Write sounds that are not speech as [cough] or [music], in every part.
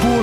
波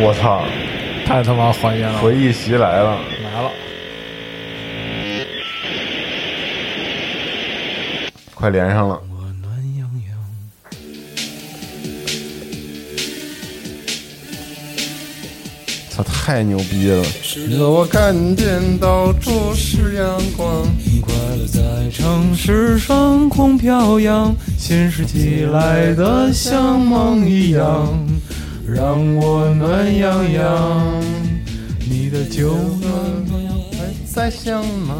我操，太他妈还原了，回忆袭来了。来了，快连上了。操，太牛逼了！使得我看见到处是阳光，快乐在城市上空飘扬，现实起来的像梦一样，让我暖洋洋。你的酒还在香吗？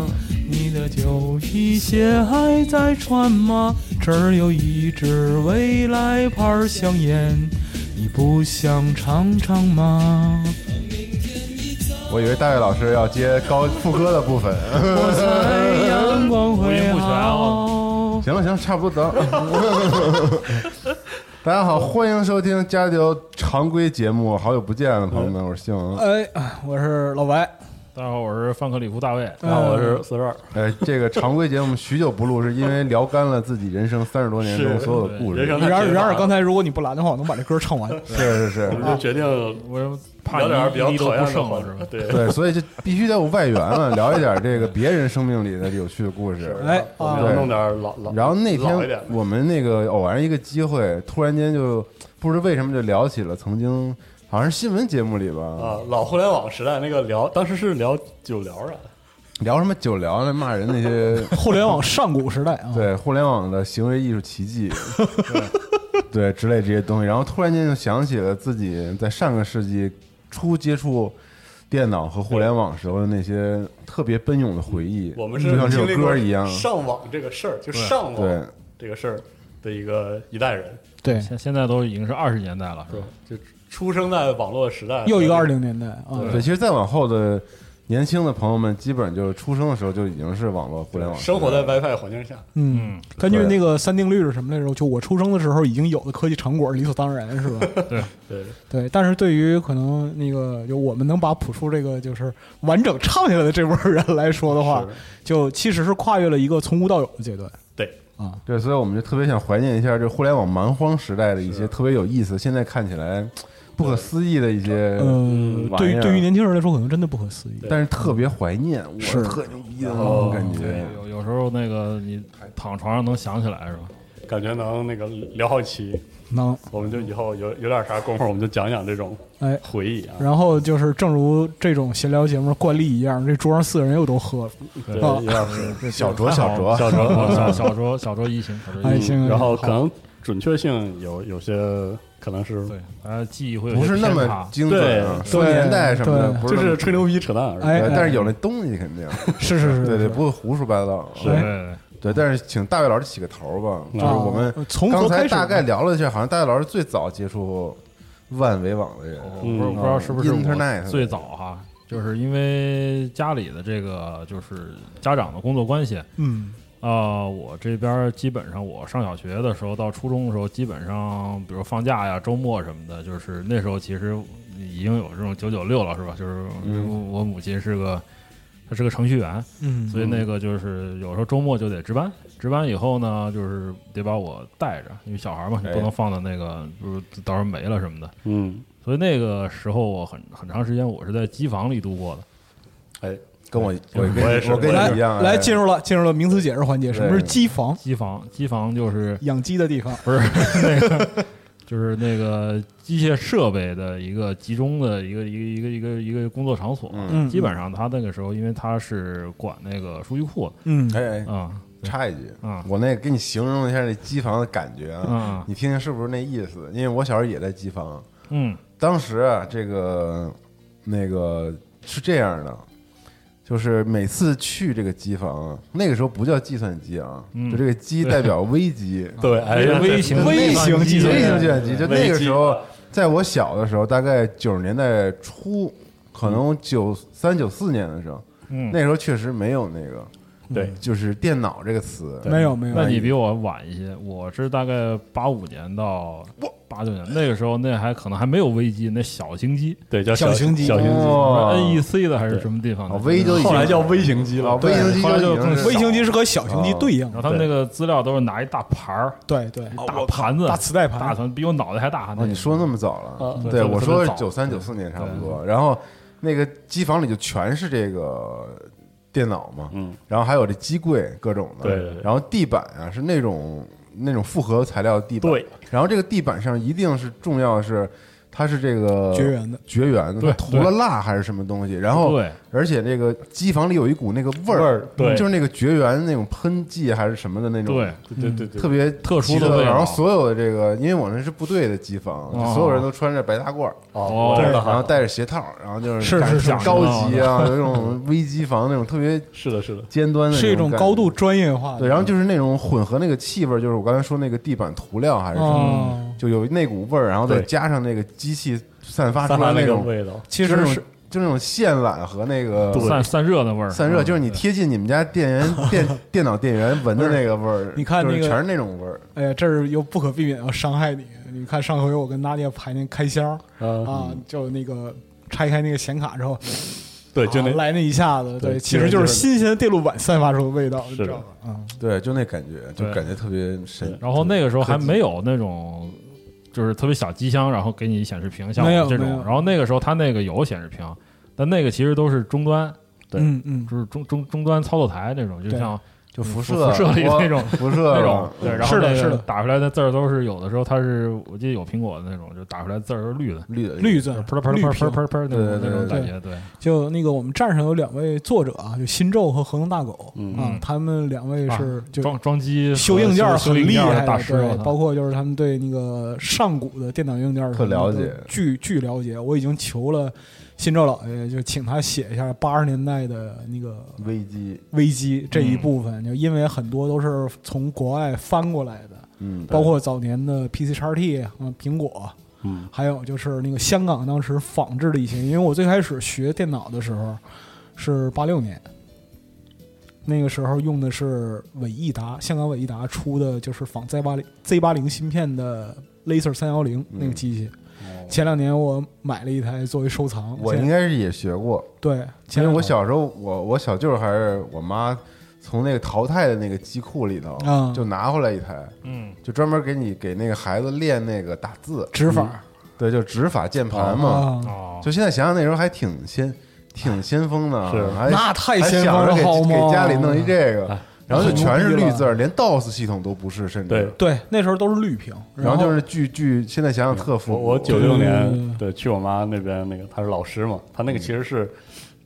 你的旧皮鞋还在穿吗？这儿有一支未来牌香烟，你不想尝尝吗？我以为大卫老师要接高副歌的部分。我猜阳光会好。 [laughs] 行了行了，差不多得 [laughs] 了。大家好，欢迎收听加丢常规节目，好久不见了，朋友们，我是谢王。哎，我是老白。大家好，我是范克里夫大卫，然后我是四十二，呃，这个常规节目许久不录，是因为聊干了自己人生三十多年中是所有的故人事。生太然而，绝然而望刚才如果你不拦的话，我能把这歌唱完。是是是我，们就决定我怕聊点儿你比较你都讨厌不的剩话了题是吧？ [laughs] 对，对，所以就必须得有外援了，聊一点这个别人生命里的有趣的故事。哎我们啊要 [laughs] 对弄点儿老老，然后那老一点天我们那个偶然一个机会，突然间就不知为什么就聊起了曾经好像是新闻节目里吧，啊，老互联网时代那个聊，当时是聊酒聊啊的，聊什么酒聊那骂人那 [laughs] 些互联网上古时代啊， [laughs] 对互联网的行为艺术奇 [laughs] 迹，对之类这些东西，然后突然间就想起了自己在上个世纪初接触。电脑和互联网时候的那些特别奔涌的回忆，我们是就像这经历首过歌一样，上网这个事儿，就上对网这个事儿的一个一代人，对，现现在都已经是二十年代了，是对吧？，就出生在网络时代，又一个二零年代啊，嗯对，其实再往后的年轻的朋友们，基本就出生的时候就已经是网络互联网时代生了，活在 WiFi 环境下，嗯，根据那个三定律是什么来着？就我出生的时候已经有的科技成果，理所当然是吧？对，对，但是对于可能那个就我们能把谱出这个就是完整唱下来的这波人来说的话是，就其实是跨越了一个从无到有的阶段。对，对，所以我们就特别想怀念一下这互联网蛮荒时代的一些特别有意思，现在看起来不可思议的一些嗯呃，嗯玩对意于儿对于，年轻人来说，可能真的不可思议。但是特别怀念，我是特牛逼的那种感觉。哦有有时候那个你躺床上能想起来是 [laughs] 吧？感觉能那个聊好期，能，我们就以后有有点啥功夫，我们就讲讲这种哎，回忆啊，然后就是正如这种闲聊节目惯例一样，这桌上四个人又都喝了。对，哦一样是。小酌小酌，小小卓，小小卓小卓一行，小卓哎一行行，嗯然后可能准确性有有些可能是对，大家记忆会有不些是那偏么差精准啊，说年代什么的，对不就是那是么吹牛逼扯淡而已。哎对，但是有那东西肯定， [laughs] 是是是，对对，是不会胡说八道。啊对哎对对，但是请大卫老师起个头吧，就是我们啊从刚何开才始大概聊了一下，好像大卫老师最早接触万维网的人，我不嗯知道不知道是不是我哦 Internet 最早哈，就是因为家里的这个就是家长的工作关系，嗯，啊，我这边儿基本上，我上小学的时候到初中的时候，基本上，比如放假呀、周末什么的，就是那时候其实已经有这种九九六了，是吧？就是嗯我我母亲是个，她是个程序员，嗯所以那个就是有时候周末就得值班，值班以后呢，就是得把我带着，因为小孩嘛，你哎不能放到那个，就是到时候没了什么的。嗯，所以那个时候我很很长时间我是在机房里度过的。哎，跟我我跟我也是我跟来你一样，来哎进入了进入了名词解释环节，什么是机房？机房，机房就是 [laughs] 养鸡的地方。不是那个，就是那个机械设备的一个集中的一个一个一个一个一个工作场所。嗯基本上他那个时候，因为他是管那个数据库的嗯哎哎，啊、插一句啊我那给你形容一下那机房的感觉啊嗯啊，你听听是不是那意思？因为我小时候也在机房，嗯当时啊，这个那个是这样的，就是每次去这个机房啊，那个时候不叫计算机啊，嗯就这个机代表微 [laughs] 机，对，哎呀，微型微型计算微机型计算机。就那个时微候机，在我小的时候，大概九十年代初，可嗯能九三九四年的时候，嗯，那时候确实没有那个对，就是电脑这个词，没有没有，那你比我晚一些，我是大概八五年到八九年，那个时候那还可能还没有微机，那小型机，对，叫小型机小型机，哦 NEC 的还是什么地方哦啊的？微就已经后来叫微型机啊了，微型机后来就已经是更微型机是和小型机对应哦的，然后他们那个资料都是拿一大盘儿、对对，大盘子、哦大磁带盘大盘比我脑袋还大。哦，你说那那么早了？对对，特别我说特别早九三九四年差不多。然后那个机房里就全是这个电脑嘛，嗯，然后还有这机柜各种的，对对对然后地板啊是那种那种复合材料地板，对。然后这个地板上一定是重要的是，它是这个绝缘的绝缘的，对它涂了蜡还是什么东西？然后对，而且这个机房里有一股那个味味儿对就是那个绝缘那种喷剂还是什么的那种，对，对对对，特别特殊奇的特味道然后所有的这个，因为我那是部队的机房，哦所有人都穿着白大褂，哦，我知道然后哈，戴着鞋套，然后就是是感觉是是很高级啊，有一种危机房那种特别是的，是的，尖端的，是一种高度。专业化的。对，然后就是那种混合那个气味，就是我刚才说那个地板涂料还是什么，哦，就有那股味儿，然后再对加上那个机器散发出散来发那个种，味道，其就实那种是就那种线缆和那个散散热的味儿，散热，嗯就是你贴近你们家电 [laughs] 源电电脑电源闻的那个味儿，你看就是那个全是那种味儿。哎呀，这儿又不可避免要伤害你。你看上回我跟娜姐排那开箱嗯啊，啊，就那个拆开那个显卡之后，对，就啊那来那一下子，对对，其实就是新鲜的电路板散发出的味道，是你的知道吧？嗯，对，就那感觉，就对感觉特别神。然后那个时候还没有那种，就是特别小机箱，然后给你显示屏，像我没有们这种没有。然后那个时候它那个有显示屏，但那个其实都是终端，对嗯嗯，就是中中终端操作台那种，就对像就嗯辐辐射辐射里光那种 [laughs] 辐射那种。对，然后是的那个是的打出来的字儿都是有的时候它是我记得有苹果的那种，就打出来字儿都是绿的，绿的绿字，喷喷绿喷屏喷喷喷那对种对对那种感觉，对，就那个我们站上有两位作者啊，就新宙和恒龙大狗嗯啊，他们两位是啊就装装机和修硬件儿修很硬厉件儿害的的，大师，我对，操包括就是他们对那个上古的电脑硬件儿特了解什么的巨巨了解。我已经求了新赵老爷，就请他写一下八十年代的那个危机，危机这一部分，就因为很多都是从国外翻过来的，嗯，包括早年的 PC 叉 T，嗯，苹果，嗯，还有就是那个香港当时仿制的一些，因为我最开始学电脑的时候是八六年，那个时候用的是伟易达，香港伟易达出的就是仿 Z 八零 Z 八零芯片的 Laser 三幺零嗯那个机器。前两年我买了一台作为收藏，哦我现应在该是也学过，对，因前为两我小时候，我我小舅还是我妈从那个淘汰的那个机库里头嗯就拿回来一台，嗯，就专门给你给那个孩子练那个打字，嗯指法对，就指法键盘嘛。啊，哦，就现在想想那时候还挺先挺先锋的啊，是还那太还先锋想着了给好吗哎给家里弄一这个，然后就全是牛逼绿了字儿，连 DOS 系统都不是，甚对至。对，那时候都是绿屏，然后后就是巨巨，现在想想特复我古。我九对六嗯对年对去我妈那边那个，她是老师嘛，她那个其实是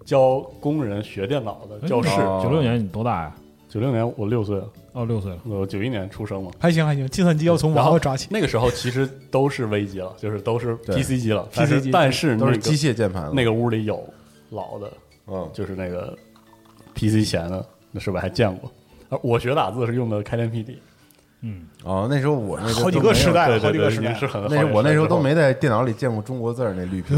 教工人学电脑的教室。哦九六年哎你多大呀？九六年我六岁，哦，六 [laughs] 岁了，我九一年出生嘛。还行还行，计算机要从然娃后娃抓起，那个时候其实都是微机了，就是都是对 PC 机了，但 PC 是机但是那都个是机械键盘了那个屋里有老的，嗯，就是那个啊 PC 前的，那是不是还见过？而我学打字是用的开天辟地，嗯，哦，那时候我那时候好几都个没有时代了，好对几对个对，时代你是很那时候我那时候都没在电脑里见过中国字儿那绿屏，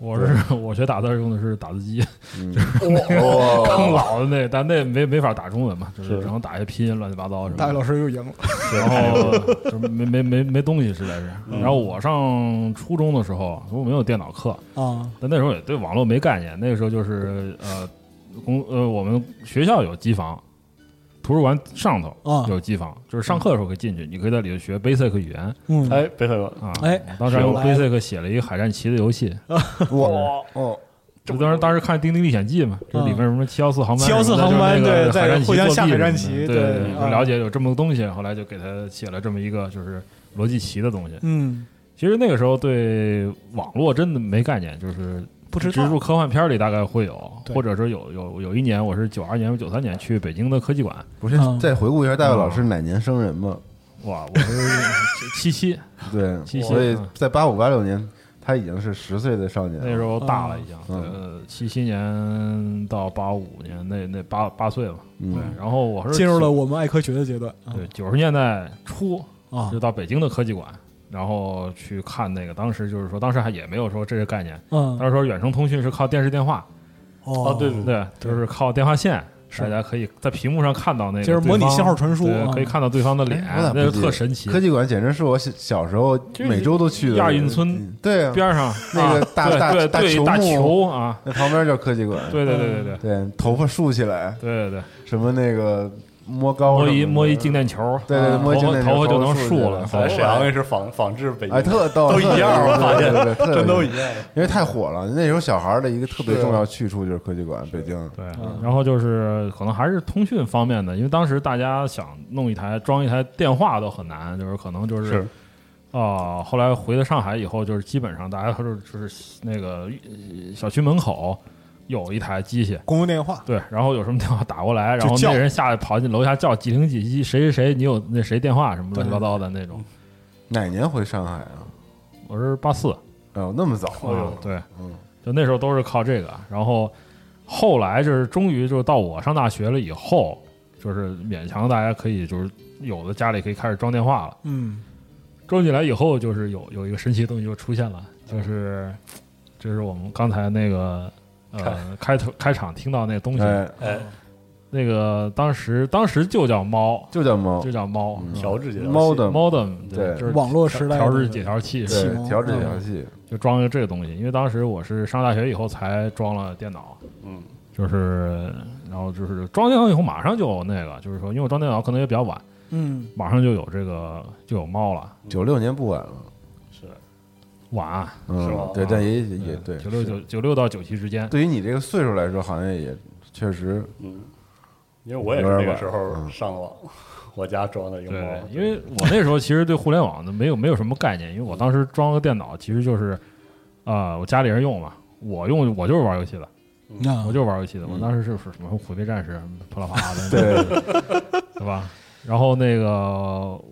我是 [laughs] 我学打字用的是打字机，嗯 [laughs] 哦哇，更老的那，但那没没法打中文嘛，就是是只能打一些拼音乱七八糟什么大的卫。老师哦又赢了，然后就是没没没没东西，实在是。嗯然后我上初中的时候，我没有电脑课，啊但那时候也对网络没概念。那个时候就是呃，公呃，我们学校有机房，图书馆上头啊有机房，就是上课的时候可以进去，你可以在里头学 Basic 语言嗯，哎，别说啊。哎我当时还用是来啊 Basic 写了一个海战旗的游戏，我哦，就当时当时看《丁丁历险记》嘛，啊就是里面什么七幺四航班什么的， 714航班就是那对个在海战旗互相作弊下海什么战的旗对，对就啊了解有这么个东西，后来就给他写了这么一个就是逻辑棋的东西。嗯，其实那个时候对网络真的没概念，就是不知只是道，科幻片里大概会有，对或者是有有有一年我是九二年九三年去北京的科技馆，不是嗯再回顾一下大卫老师哪年生人嘛？哇，[laughs] 我是七七，对，七七所以嗯在八五八六年，他已经是十岁的少年那时了。候大了已经，嗯呃，七七年到八五年那那八八岁了，对嗯，，然后我是进入了我们爱科学的阶段啊对九十年代初啊就到北京的科技馆，然后去看那个，当时就是说当时还也没有说这个概念，嗯当时说远程通讯是靠电视电话，哦哦，对嗯对对，对，就是靠电话线，是大家可以在屏幕上看到那个就对是模方，拟信号传输对啊可以看到对方的脸，哎我咋那不个记得特神奇。科技馆简直是我小小时候就是每周都去的。亚运村嗯，对啊，边上 [laughs] 那个啊大对大对大对球大幕嗯球啊，那旁边就是科技馆。对对对对对对对，头发竖起来，对对，什么那个摸高什么摸的，一摸一静电球，对对，啊摸一头静发电球头发就能竖起竖来了，头发在沈阳也是仿仿制北哎，京，特逗，都一样特我逗发 [laughs] 现对对对，真都样，一样。因为太火了。那时候小孩的一个特别重要去处就是科技馆，北京。对，啊然后就是可能还是通讯方面的，因为当时大家想弄一台装一台电话都很难，就是可能就是是啊、后来回到上海以后，就是基本上大家都是就是那个呃小区门口有一台机器，公用电话，对，然后有什么电话打过来，然后就叫那人下来跑进楼下叫几零几几谁谁谁，你有那谁电话什么乱七八糟的那种。嗯哪年回上海啊？我是八四，哦，那么早啊，对，就那时候都是靠这个，然后后来就是终于就是到我上大学了以后，就是勉强大家可以就是有的家里可以开始装电话了，嗯，装进来以后就是有有一个神奇的东西就出现了，就是就是我们刚才那个呃开头开场听到那个东西，哎，哎，那个当时当时就叫猫，就叫猫就叫猫，调制解调器嗯猫的猫的对，对就是网络时代调的制解调器对启蒙调制解调器，就装一个这个东西，因为当时我是上大学以后才装了电脑，嗯，就是然后就是装电脑以后马上就有那个，就是说因为我装电脑可能也比较晚，嗯，马上就有这个就有猫了，九六年不晚了，晚啊是吗嗯，对，但也也也对，九六是九九六到九七之间，对于你这个岁数来说，好像也确 [laughs] 实嗯，因为我也是那个时嗯候上的网，我家装的一个对猫，，因为我那时候其实对互联网的没有没有什么概念，因为我当时装个电脑其实就是啊、我家里人用嘛，我用我就是玩游戏的，那我就玩游戏的，我当时就是什么毁灭战士、什么啪啦啪啦的，嗯 [laughs] 对对吧？ [laughs] 然后那个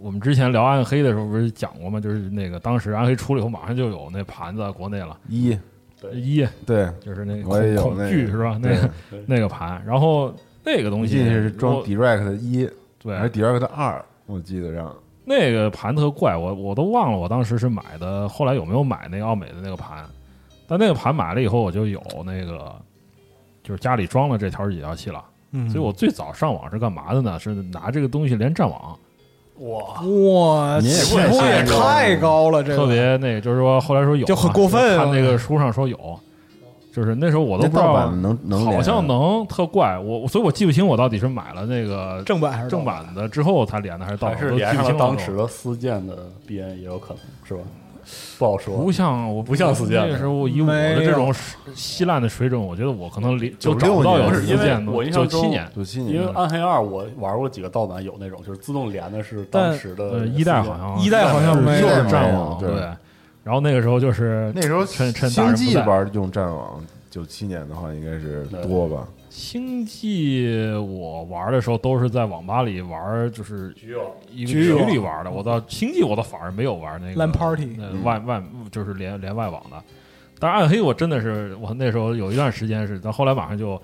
我们之前聊暗黑的时候不是讲过吗？就是那个当时暗黑出了以后，马上就有那盘子国内了，一对一对，就是那我也有恐恐那惧个是吧？那对个那个盘，然后那个东一西进去是装我 Direct 的一还是对 Direct 的二，我记得让那个盘特怪，我我都忘了我当时是买的，后来有没有买那个奥美的那个盘？但那个盘买了以后，我就有那个就是家里装了这条解调器了，嗯所以我最早上网是干嘛的呢？是拿这个东西连战网。哇，哇，你也起步也太高了太高了，这个特别那个，就是说后来说有啊，就很过分啊看那个书上说有，就是那时候我都那不知道盗，版能能连啊好像能特怪我，我所以我记不清我到底是买了那个正版还是盗正版版的之后才连的还是盗还版，是我都记连不清上了了当都时的私建的 BN 也有可能是吧？不好说不。像我不像四件那个时候我以我没的有这种稀烂的水准，我觉得我可能连就96找不到有年四因为件的，我印九象中七年。九七因为年《暗黑二》，我玩过几个盗版，有那种就是自动连的是当时的呃，私建一代好像一代好像没就有是战网一代没有对然后那个时候就是那时候趁趁大星人不际在玩用战网，九七年的话应该是多吧？星际，我玩的时候都是在网吧里玩，就是局友一个局局域网里玩的。我到星际，我倒反而没有玩那个 LAN party 呃外外就是连连外网的。但是暗黑我真的是，我那时候有一段时间是，但后来马上就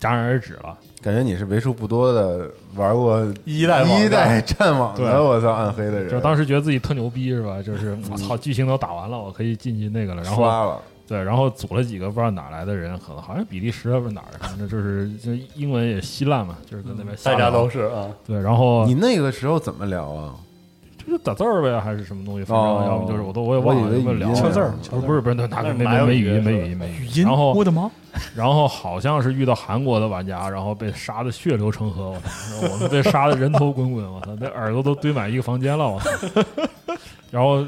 戛然而止了。感觉你是为数不多的玩过一代网一代战网对的我操暗黑的人，就是当时觉得自己特牛逼是 [laughs] 吧？就是我操，剧情都打完了，我可以进去那个了。然后刷了，对，然后组了几个不知道哪来的人，可能好像比利时啊不是哪儿的，反正就是就英文也稀烂嘛，就是跟那边瞎大家聊都是啊，对，然后你那个时候怎么聊啊？就是打字儿呗，还是什么东西，反哦正要么就是我都我也忘我以了为有没有语聊音了敲字儿不是不是不是，那那是没没埋没尾语音是吧没语音没语语音。音，然后我的妈！然后好像是遇到韩国的玩家，然后被杀的血流成河，我操！我们被杀的人头滚滚，我操！那耳朵都堆满一个房间了，我操！ [laughs] 然后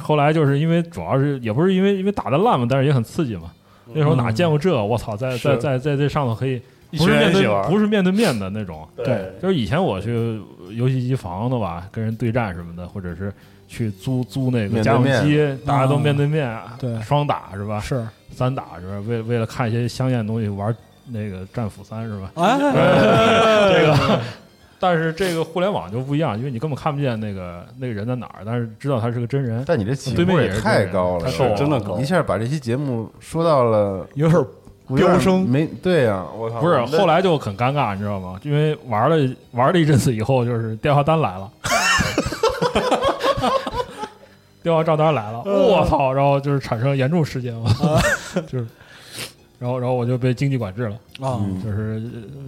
后来就是因为主要是也不是因为因为打的烂嘛，但是也很刺激嘛。那时候哪见过这？我操！在在是在在这上头可以一不群是面人一起对玩，不是面对面的那种，对，就是以前我去游戏机房的吧，跟人对战什么的，或者是去租租那个面对家用面嗯机，大家都啊面对面，对双打是吧？是，三打是吧？为为了看一些香艳的东西玩那个战斧三是吧？哎，这个，但是这个互联网就不一样，因为你根本看不见那个那个人在哪儿，但是知道他是个真人。但你这起对面步也是太真人高了，太高是真的高一下把这期节目说到了有点儿有点飙升没对呀，我操，不是，我们的后来就很尴尬，你知道吗？因为玩了玩了一阵子以后，就是电话单来 [laughs] 了，电话账单来嗯了，我操！然后就是产生严重事件嘛， [laughs] 就是，然后然后我就被经济管制了，啊，就是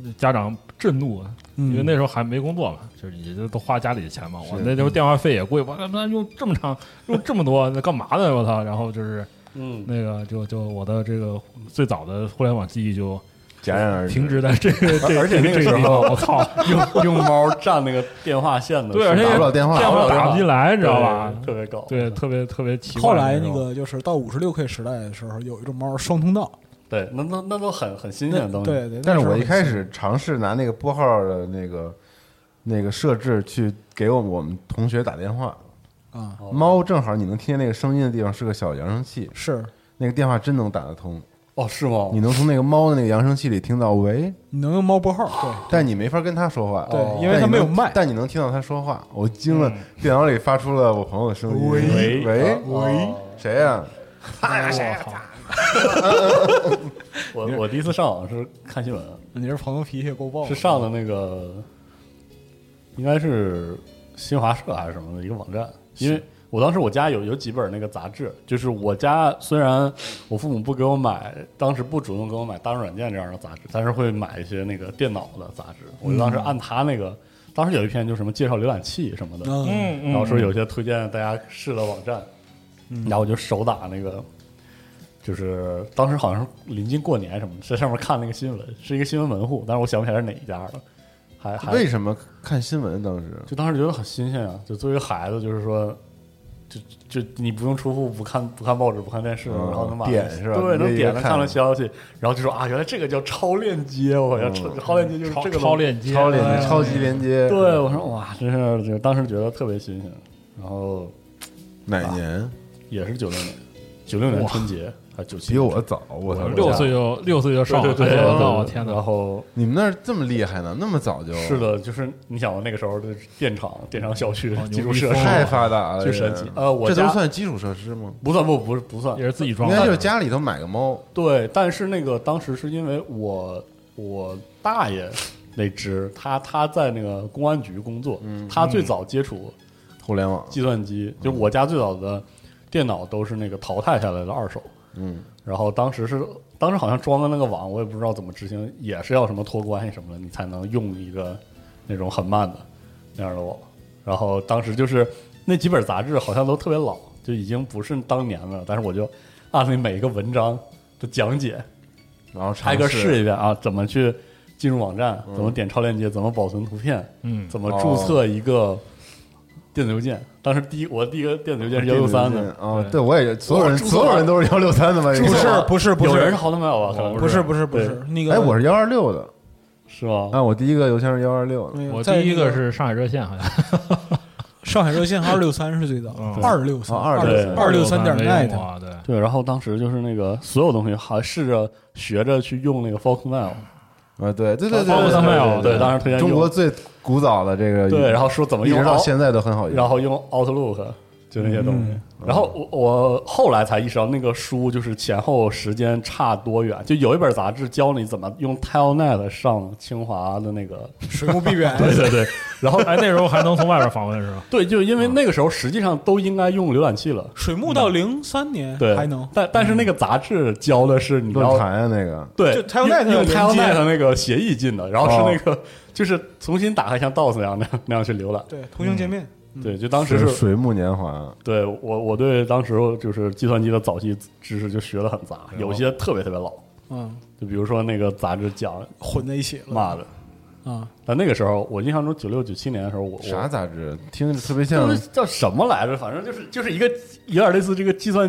呃家长震怒，啊，因嗯为那时候还没工作嘛，就是也就都花家里的钱嘛。我那嗯时候电话费也贵，我他妈用这么长，用这么多，那干嘛呢？我操！然后就是嗯， [laughs] 那个就就我的这个最早的互联网记忆就。戛然而止，停止在这个 [laughs] [laughs] 这而且那个这时个地候方，我 [laughs] 操！ [laughs] 用用猫占那个电话线的，对，而且打电不了电话打不话了电话打不进来，你你知道吧？特别搞，对，特别特别奇怪。后来那是吧个就是到五十六 K 时代的时候，有一种猫双通道，对，那那那都很很新鲜那的东西，对对，但那是时候我一很开新始尝试拿那个拨号的那个那个设置去给我们我们同学打电话，啊猫正好你能听见那个声音的地方是个小扬声器，是那个电话真能打得通，哦，是吗？你能从那个猫的那个扬声器里听到喂，你能用猫拨号，但你没法跟它说话，对哦对，因为它没有麦，但你能听到它说话。我惊了，电脑里发出了我朋友的声音，喂喂喂喂，谁呀？我我第一次上网是看新闻，啊你这朋友脾气也够爆是的，上的那个，应该是新华社还是什么的一个网站，因为我当时我家有有几本那个杂志，就是我家虽然我父母不给我买，当时不主动给我买大众软件这样的杂志，但是会买一些那个电脑的杂志，我就当时按他那个，当时有一篇就是什么介绍浏览器什么的，嗯，嗯，然后说有些推荐大家试的网站，然后我就手打那个，就是当时好像是临近过年什么的，在上面看那个新闻，是一个新闻门户，但是我想不起来是哪一家了，还还为什么看新闻当时？就当时觉得很新鲜啊，就作为一个孩子，就是说。就就你不用出户，不看不看报纸，不看电视，嗯然后能把点是吧对，你能也点了看看了消息，然后就说啊，原来这个叫超链接，我要超超链接就是超这个超东西链接，超链哎接，呀超级连接，对，我说哇，真是就当时觉得特别新鲜，然后哪年？也是九六年，九六年哇春节还九七，比我早，我操！六岁就六岁就上了，对对哎对，呀对我天然哪！后你们那儿这么厉害呢？那么早就是的，就是你想我那个时候的电厂、电厂小区哦、基础牛逼设疯施了太发达了，巨这神个奇。呃，我这家都算基础设施吗？不算不不是不算也，是自己应装的，该就是家里头买个猫，对，但是那个当时是因为我我大爷那支，他他在那个公安局工作，嗯他最早接触互联网，计算机，就我家最早的电脑都是那个淘汰下来的二手，嗯，然后当时是当时好像装的那个网，我也不知道怎么执行，也是要什么托关系什么的，你才能用一个那种很慢的那样的网。然后当时就是那几本杂志好像都特别老，就已经不是当年了，但是我就按那每一个文章的讲解然后挨尝个试嗯试一遍啊，怎么去进入网站，怎么点超链接，怎么保存图片，嗯，怎么注册一个电子邮件。当时第一我第一个电子邮件是幺六三的，啊，对对我也所有人注册所有人都是幺六三的吧？不应该是不是不有人是是豪特曼吧？哦可能不是不是不是对那个，哎，我是幺二六哦的是吗？啊，我第一个邮箱是幺二六嗯的，那个我在第一那个个是上海热线，好像上海热线二六三是最早嗯，二六三哦263二六三点没 net，用过对，对，然后当时就是那个所有东西，还试着学着去用那个 Falcmail，啊，对对对对包括对三对对麦哦对对，对当时推荐中用国最古早的这个，对，然后说怎么一用直到 Out- 现在都很好用，嗯然后用 Outlook，就那些东西。然后我我后来才意识到，那个书就是前后时间差多远。就有一本杂志教你怎么用 Telnet 上清华的那个，水无避远，对对对。 [laughs] 然后哎，那时候还能从外边访问是吧？对，就因为那个时候实际上都应该用浏览器了，水木到零三年对，还能，但但是那个杂志教的是你论要坛啊那个，对，就 Telnet 用连用接 Telnet 的那个协议进的，然后哦是那个、就是重新打开像 DOS 那样那样那样去浏览。对通行界面，对，就当时水是水木年华，对我我对当时就是计算机的早期知识就学的很杂，有些特别特别老，嗯，就比如说那个杂志讲混在一起了骂的。啊，但那个时候，我印象中九六九七年的时候，我我啥杂志？听着特别像就是叫什么来着？反正就是就是一个有点类似这个计算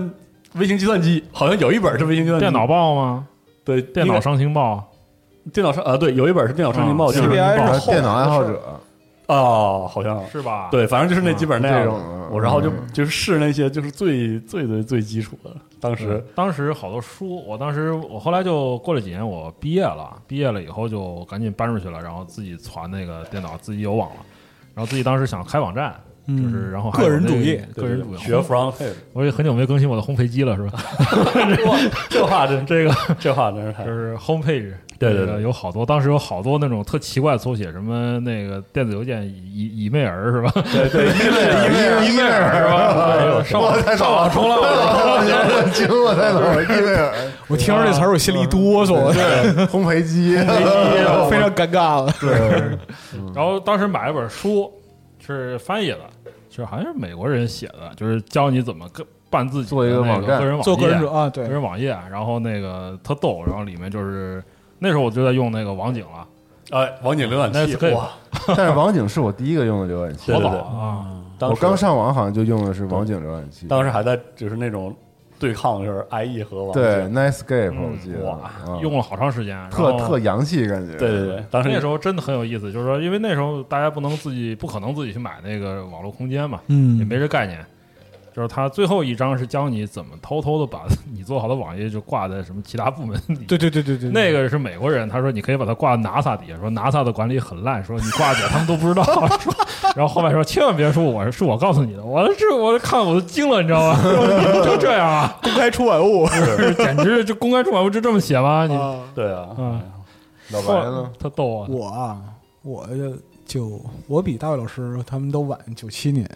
微型计算机，好像有一本是微型计算机，电脑报吗？对电应脑该上情报，电脑上啊，对，有一本是电脑上情啊报，就是 CBI 报啊是后来电脑爱好的者， [laughs] 哦，好像是吧？，对，反正就是那几本那样这的种嗯我然后就嗯就是试那些就是最最最最基础的，当时当时好多书，我当时我后来就过了几年，我毕业了，毕业了以后就赶紧搬出去了，然后自己攒那个电脑，自己有网了，然后自己当时想开网站，嗯就是然后还个有人那主义个人主义学 From Page，我也很久没更新我的烘焙机了，是吧？哇，这话真这个 [laughs] 这话真是太就是 homepage，对对那个对有好多，当时有好多那种特奇怪的缩写，什么那个电子邮件以以媚儿是吧？对对，因为伊贝尔哎呦上网太上网冲浪了，惊了，太早了，伊贝尔，我听着这词儿我心里一哆嗦，烘焙 [laughs] 机， [laughs] 非常尴尬了，对，然后当时买了本书，是翻译的，是好像是美国人写的，就是教你怎么个办自己做一的个那网个站个人网页、做个人主啊，对个，人网页。然后那个特逗，然后里面就是那时候我就在用那个网景了， [laughs] 哎，网景浏览器 Netscape 哇，但是网景是我第一个用的浏览器对，好对早对啊！当我时刚上网好像就用的是网景浏览器，当时还在就是那种对抗就是 IE 和网对景 Netscape 嗯我记得，哇啊用了好长时间，然特后特洋气感觉，对对对，当时那时候真的很有意思，就是说，因为那时候大家不能自己，不可能自己去买那个网络空间嘛，嗯也没这概念。就是他最后一章是教你怎么偷偷的把 [laughs] 你做好的网页就挂在什么其他部门里，对对对对对，对 [laughs] 那个是美国人，他说你可以把它挂 NASA 底下，说 NASA 的管理很烂，说你挂起来他们都不知道， [laughs] 说，然后后面说千万别说我是我告诉你的，我是我看我都惊了，你知道吗？ [laughs] 就就这样啊，公开出版物 [laughs] 就是简直就公开出版物就这么写吗？你啊。对啊，嗯，老白呢？他逗啊，我啊，我就我比大卫老师他们都晚九七年，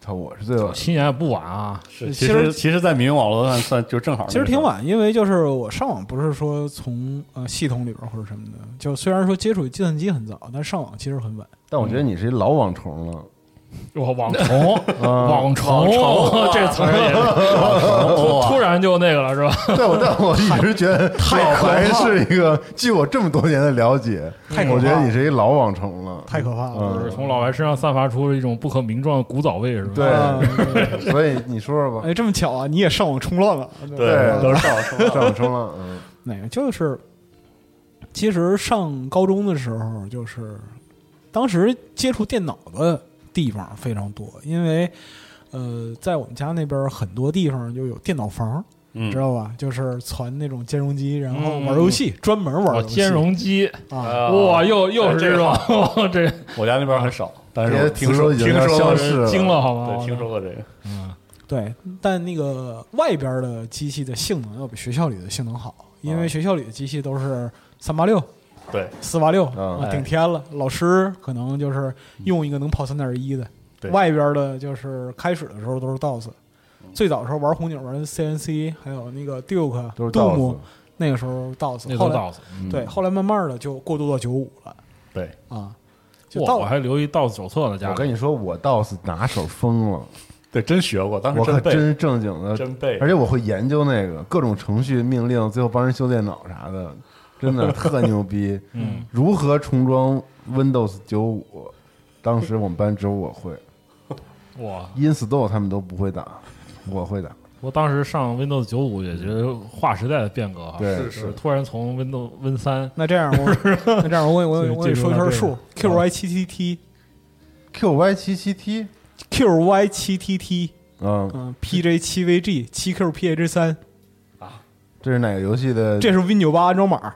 他我是最晚的，七年也不晚啊，是其其实实其实，在民用网络上算就正好，其实挺，晚，因为就是我上网不是说从呃系统里边或者什么的，就虽然说接触计算机很早，但上网其实很晚。但我觉得你是一老网虫了，我网虫，啊网虫网，虫 [laughs] 这词儿也 [laughs] 突 [laughs] 突然就那个了是吧？ [laughs] 对，我但我一直觉得老白是一个，据我这么多年的了解，太可怕我了觉得你是一老网虫了，太可怕了。就是嗯，从老白身上散发出了一种不可名状的古早味是 [laughs] 吧？啊对，所以你说 [laughs] 说吧，哎，这么巧啊！你也上网冲浪啊？对，都是上网 [laughs] 冲浪上网冲浪，嗯，哪个就是，其实上高中的时候，就是当时接触电脑的地方非常多，因为呃，在我们家那边很多地方就有电脑房，嗯知道吧？就是传那种兼容机，然后嗯玩游戏，专门玩哦，游戏兼容机，啊。啊哇，又又是这这个种，哇 [laughs] 这我家那边很少，但这是些我词听说都已经听要说消过失这了个惊了哦好吗？对，听说过这个，对，但那个外边的机器的性能要比学校里的性能好，因为学校里的机器都是三八六、对四八六嗯啊，顶天了。老师可能就是用一个能跑三点一的，对外边的就是开始的时候都是 DOS，最早的时候玩红警玩 CNC，还有那个 Duke、都是 Doom， DOS 那个时候 DOS，那后都来 DOS，对，后来慢慢的就过渡到九五了对，啊，就哇，我 DOS 还留一 DOS 手册呢，家我里跟你说，我倒是拿手疯了，对，啊真学过，当时我可背，真正经的真背而且我会研究那个各种程序命令，最后帮人修电脑啥的，真的特牛逼。嗯，如何重装 Windows 九五？当时我们班只有我会哇， ，Install 他们都不会打，我会打。我当时上 Windows 九五也觉得划时代的变革啊，对就是是突然从 Windows Win 三那这样我 [laughs] 那这样我给你我给你我给你说一圈数这个啊，QY 七 T T。 QY 七七 T， QY 七 TT，嗯，嗯，PJ 七 VG，七 QPH 三，这是哪个游戏的？这是 Win 九八安装 [laughs] 码。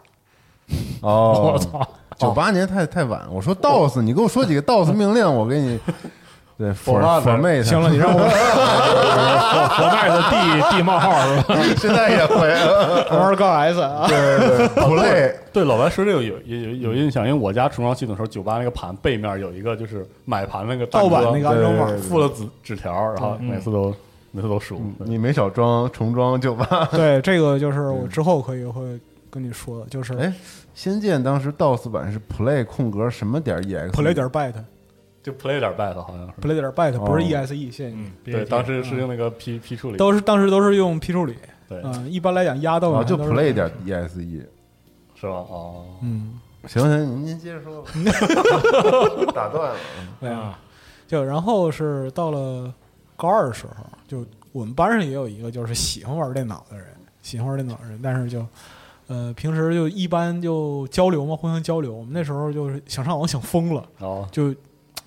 哦，我操，九八年太太晚。我说 DOS，你给我说几个 DOS 命令，我给你对我 for 爸 for 妹，行了，你让我我卖的地地冒号是 [laughs] 吧？ [laughs] 现在也会玩高 S 啊， [laughs] 对 play 对，老白说这个有有有有印象，因为我家重装系统时候，酒吧那个盘背面有一个就是买盘那个大盗版哥那个安装码嗯对对对嗯附了纸纸条，然后每次都每次都输。对你没少装重装酒吧。 [laughs] 对，这个就是我之后可以会跟你说的，就 [laughs] 是嗯哎，仙剑当时 DOS 版是 play 空格什么点 E ex play 点 byte，play 就 play 点 bet 好像是。点 byte 不是嗯 E 哦 ESE 现嗯在对，当时是用那个 P P 处理，嗯都是当时都是用批处理，对，嗯，一般来讲压到啊，晚就上都是 play 点 exe。是吧？哦，嗯，E 行行，您您接着说吧， [laughs] 打断了。对嗯啊，就然后是到了高二的时候，就我们班上也有一个就是喜欢玩电脑的人，喜欢玩电脑的人，但是就呃平时就一般就交流嘛，互相交流。我们那时候就是想上网想疯了，哦，就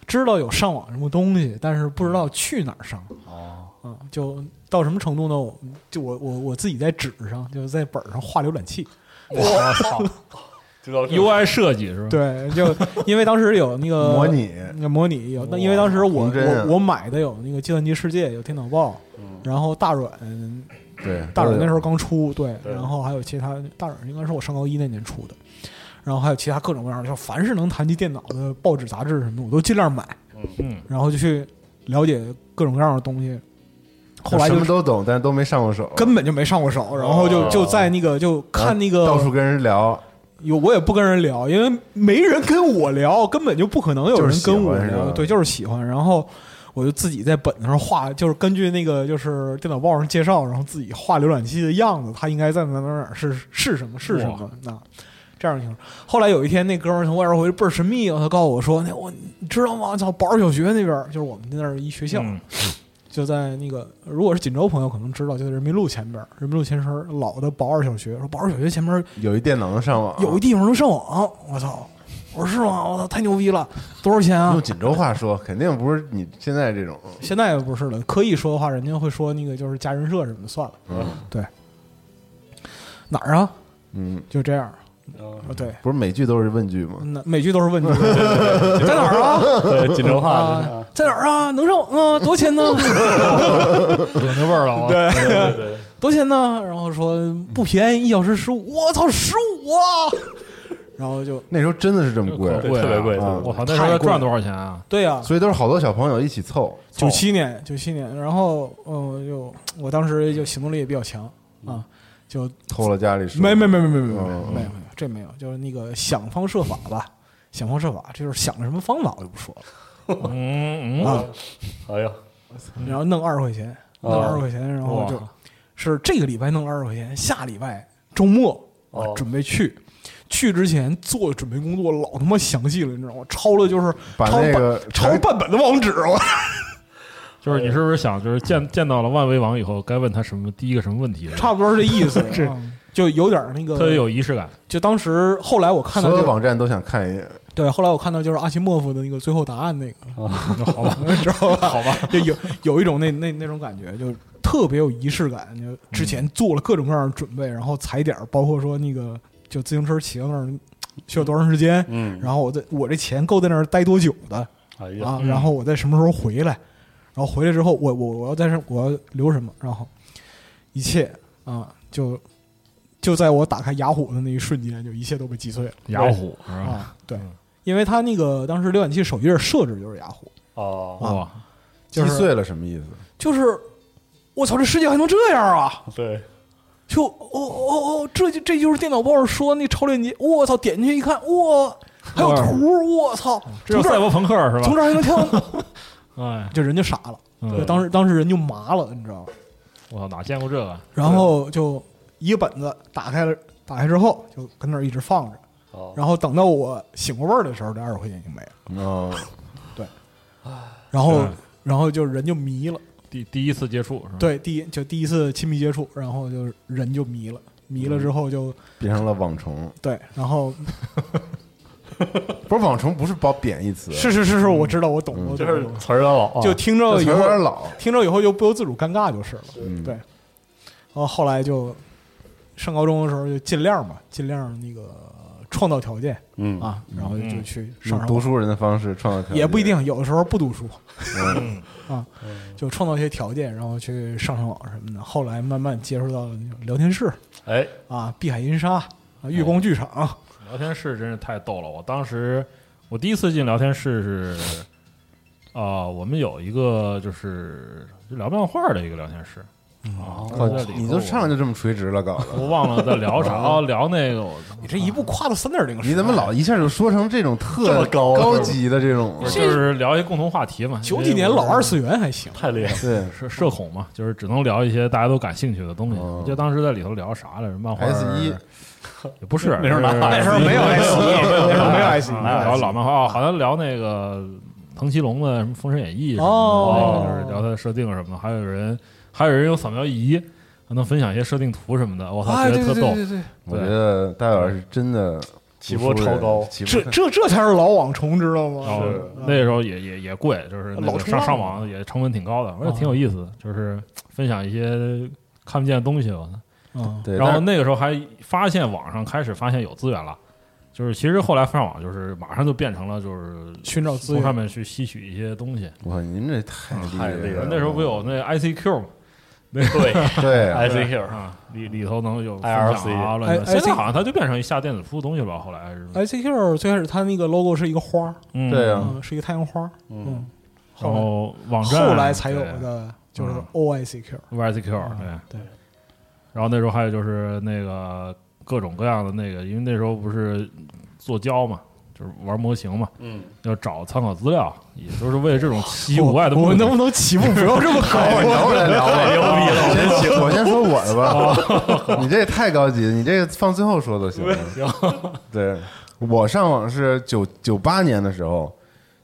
知道有上网什么东西，但是不知道去哪儿上。哦，啊，就到什么程度呢？我就我我我自己在纸上，就是在本儿上画浏览器。我操，哦知道这啊个 UI 设计是吧？对，就因为当时有那个模拟那模拟有，那因为当时我童真啊我我买的有那个计算机世界，有电脑报，然后大软，对，大都软有那时候刚出，对，对然后还有其他大软应该是我上高一那年出的，然后还有其他各种各样的，就凡是能谈及电脑的报纸、杂志什么的，我都尽量买，嗯，然后就去了解各种各样的东西。后来什就么都懂，但是都没上过手，根本就没上过手，然后就就在那个就看那个到处跟人聊，有我也不跟人聊，因为没人跟我聊，根本就不可能有人跟我就是喜欢是聊。吧对，就是喜欢。然后我就自己在本子上画，就是根据那个就是电脑报上介绍，然后自己画浏览器的样子，它应该在哪哪哪哪是是什么是什么那。这样行。后来有一天，那哥们儿从外边回来倍儿神秘，啊他告诉我说：“那我你知道吗？操，保尔小学那边儿就是我们那儿一学校，嗯 [sniffs] 就在那个，如果是锦州朋友可能知道，就在人民路前边儿，人民路前身儿老的保二小学。说保二小学前面儿有一电脑能上网，有一地方能上网，我操！我说是吗？我操，太牛逼了！多少钱啊用？锦州话说，肯定不是你现在这种。现在不是了，刻意说的话，人家会说那个就是加人设什么的，算了。嗯对，哪儿啊？嗯，就这样。哦对，不是每句都是问句吗？那每句都是 [laughs] 问句，在哪儿啊？对锦州话，啊，在哪儿啊？能上网啊？多少钱呢？ [laughs] 有那味儿了啊！对，对对对，多少钱呢？然后说不便宜，一小时十五。我操，十五啊！ [laughs] 然后就那时候真的是这么贵，可对特别贵啊特别贵我操，那时候嗯太他贵赚多少钱啊？对呀、所以都是好多小朋友一起凑。九七年，九七年，然后嗯，就我当时就行动力也比较强啊，就偷了家里书，没没没没没没没没嗯嗯没有没有，这没有，就是那个想方设法吧，想方设法，这就是想了什么方法我就不说了嗯嗯，啊，哎呀，然后弄二十块钱，弄哦二十块钱，然后哇就是这个礼拜弄二十块钱，下礼拜周末我哦准备去。去之前做准备工作老他妈详细了，你知道吗？抄了就是把抄那个半抄半本的网址，我 [laughs] 就是你是不是想，就是见见到了万维王以后，该问他什么第一个什么问题？差不多是这意 [laughs] 思，啊就有点那个特别有仪式感。就当时后来我看到所有就是网站都想看一眼，对，后来我看到就是阿西莫夫的那个《最后答案》那个， [laughs] 好吧，知道吧？好吧， [laughs] 就有有一种那那那种感觉，就特别有仪式感。就之前做了各种各样的准备，然后踩点儿，包括说那个就自行车骑到那儿需要多长时间，嗯，然后我在我这钱够在那儿待多久的哎呀，啊，然后我在什么时候回来，然后回来之后我我我要在这我要留什么，然后一切啊就就在我打开雅虎的那一瞬间，就一切都被击碎了。雅虎是吧？啊，对，因为它那个当时浏览器首页设置就是雅虎，哦，哇，就击是碎了什么意思？就是，我操，这世界还能这样啊！对，就哦哦哦，这就这就是电脑报上说那超链接，我操，点进去一看，哇，还有图，我操，这从叫这赛儿博朋克是从吧？这儿还能跳到，哎， [laughs] 就人就傻了，嗯就当时当时人就麻了，你知道吗？我操，哪见过这个？然后就一个本子打开了，打开之后就跟那儿一直放着，哦，然后等到我醒过味儿的时候，这二十块钱已经没了，嗯，然后是然后就人就迷了。第第一次接触是吧？，对，第一就第一次亲密接触，然后就是人就迷了，迷嗯了之后就变成了网虫，对，然后不是网虫，不是褒贬义词，啊是是是是，我知道，我懂，我就懂是我懂词儿的老，啊就听这着词以儿有后点老，听着以后就不由自主尴尬就是了，嗯对。然后后来就上高中的时候就尽量嘛，尽量那个创造条件嗯啊，然后就去上用上嗯读网，书人的方式创造条件，也不一定，有的时候不读书嗯。 [laughs] 啊，就创造一些条件，然后去上上网什么的。后来慢慢接触到那种聊天室哎，啊、碧海音沙啊、月光啊剧场，聊天室真是太逗了。我当时我第一次进聊天室是，啊、我们有一个就是就聊漫画的一个聊天室。嗯啊，哇哦我在里头你就上来就这么垂直了， [laughs] 搞我的，忘了在聊啥，哦聊那个我你这一步跨到三点零，你怎么老一下就说成这种这么特高啊高级的这种不？是就是聊一共同话题嘛。九几年老二次元还行？太厉害了！对，是社恐嘛，就是只能聊一些大家都感兴趣的东西。哦我记得当时在里头聊啥来着？漫画 S E 一也不是，那时候哪就是那时候没有 SE 呃那时候没有啊 SE 聊老漫画，哦好像聊那个藤崎龙的什么《封神演义》什么的哦那个就是聊他的设定什么的，还有人还有人有扫描仪，还能分享一些设定图什么的，我操，哎，觉对对得特对逗。对对，我觉得戴老师真的起波读书人超高起这波这这才是老网虫，知道然吗后？那时候也也也贵，就是那个老冲上浪上网也成本挺高的，哦我觉得挺有意思的，就是分享一些看不见的东西，我操。嗯，对，然但后是那个时候还发现网上开始发现有资源了，就是其实后来上网就是马上就变成了就是寻找资从上源，面去吸取一些东西。哇，您这太太厉厉害害了了。那时候不有那 ICQ 嘛对对啊， ，ICQ 啊，里里头能有分享啊 IRC 乱七八糟。哎现在 IC 好像它就变成一下电子书的东西吧，后来哎是。 ICQ 最开始它那个 logo 是一个花儿，嗯哎对啊嗯，是一个太阳花儿，嗯，然后网后站来才有对的就是 OICQ， YCQ 对对。哎然后那时候还有就是那个各种各样的那个，因为那时候不是做胶嘛，就是玩模型嘛，嗯，要找参考资料，也就是为了这种奇奇怪怪的目我的。能不能起步不要这么高哎啊？聊来聊来，牛逼了！先起，我先说我的吧。你这也太高级，你这个放最后说都行。行，对我上网是九九八年的时候，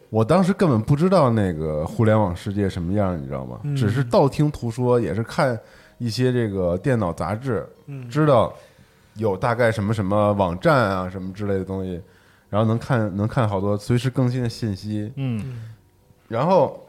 我当时根本不知道那个互联网世界什么样，你知道吗？只是道听途说，也是看一些这个电脑杂志，知道有大概什么什么网站啊什么之类的东西，然后能看能看好多随时更新的信息，嗯然后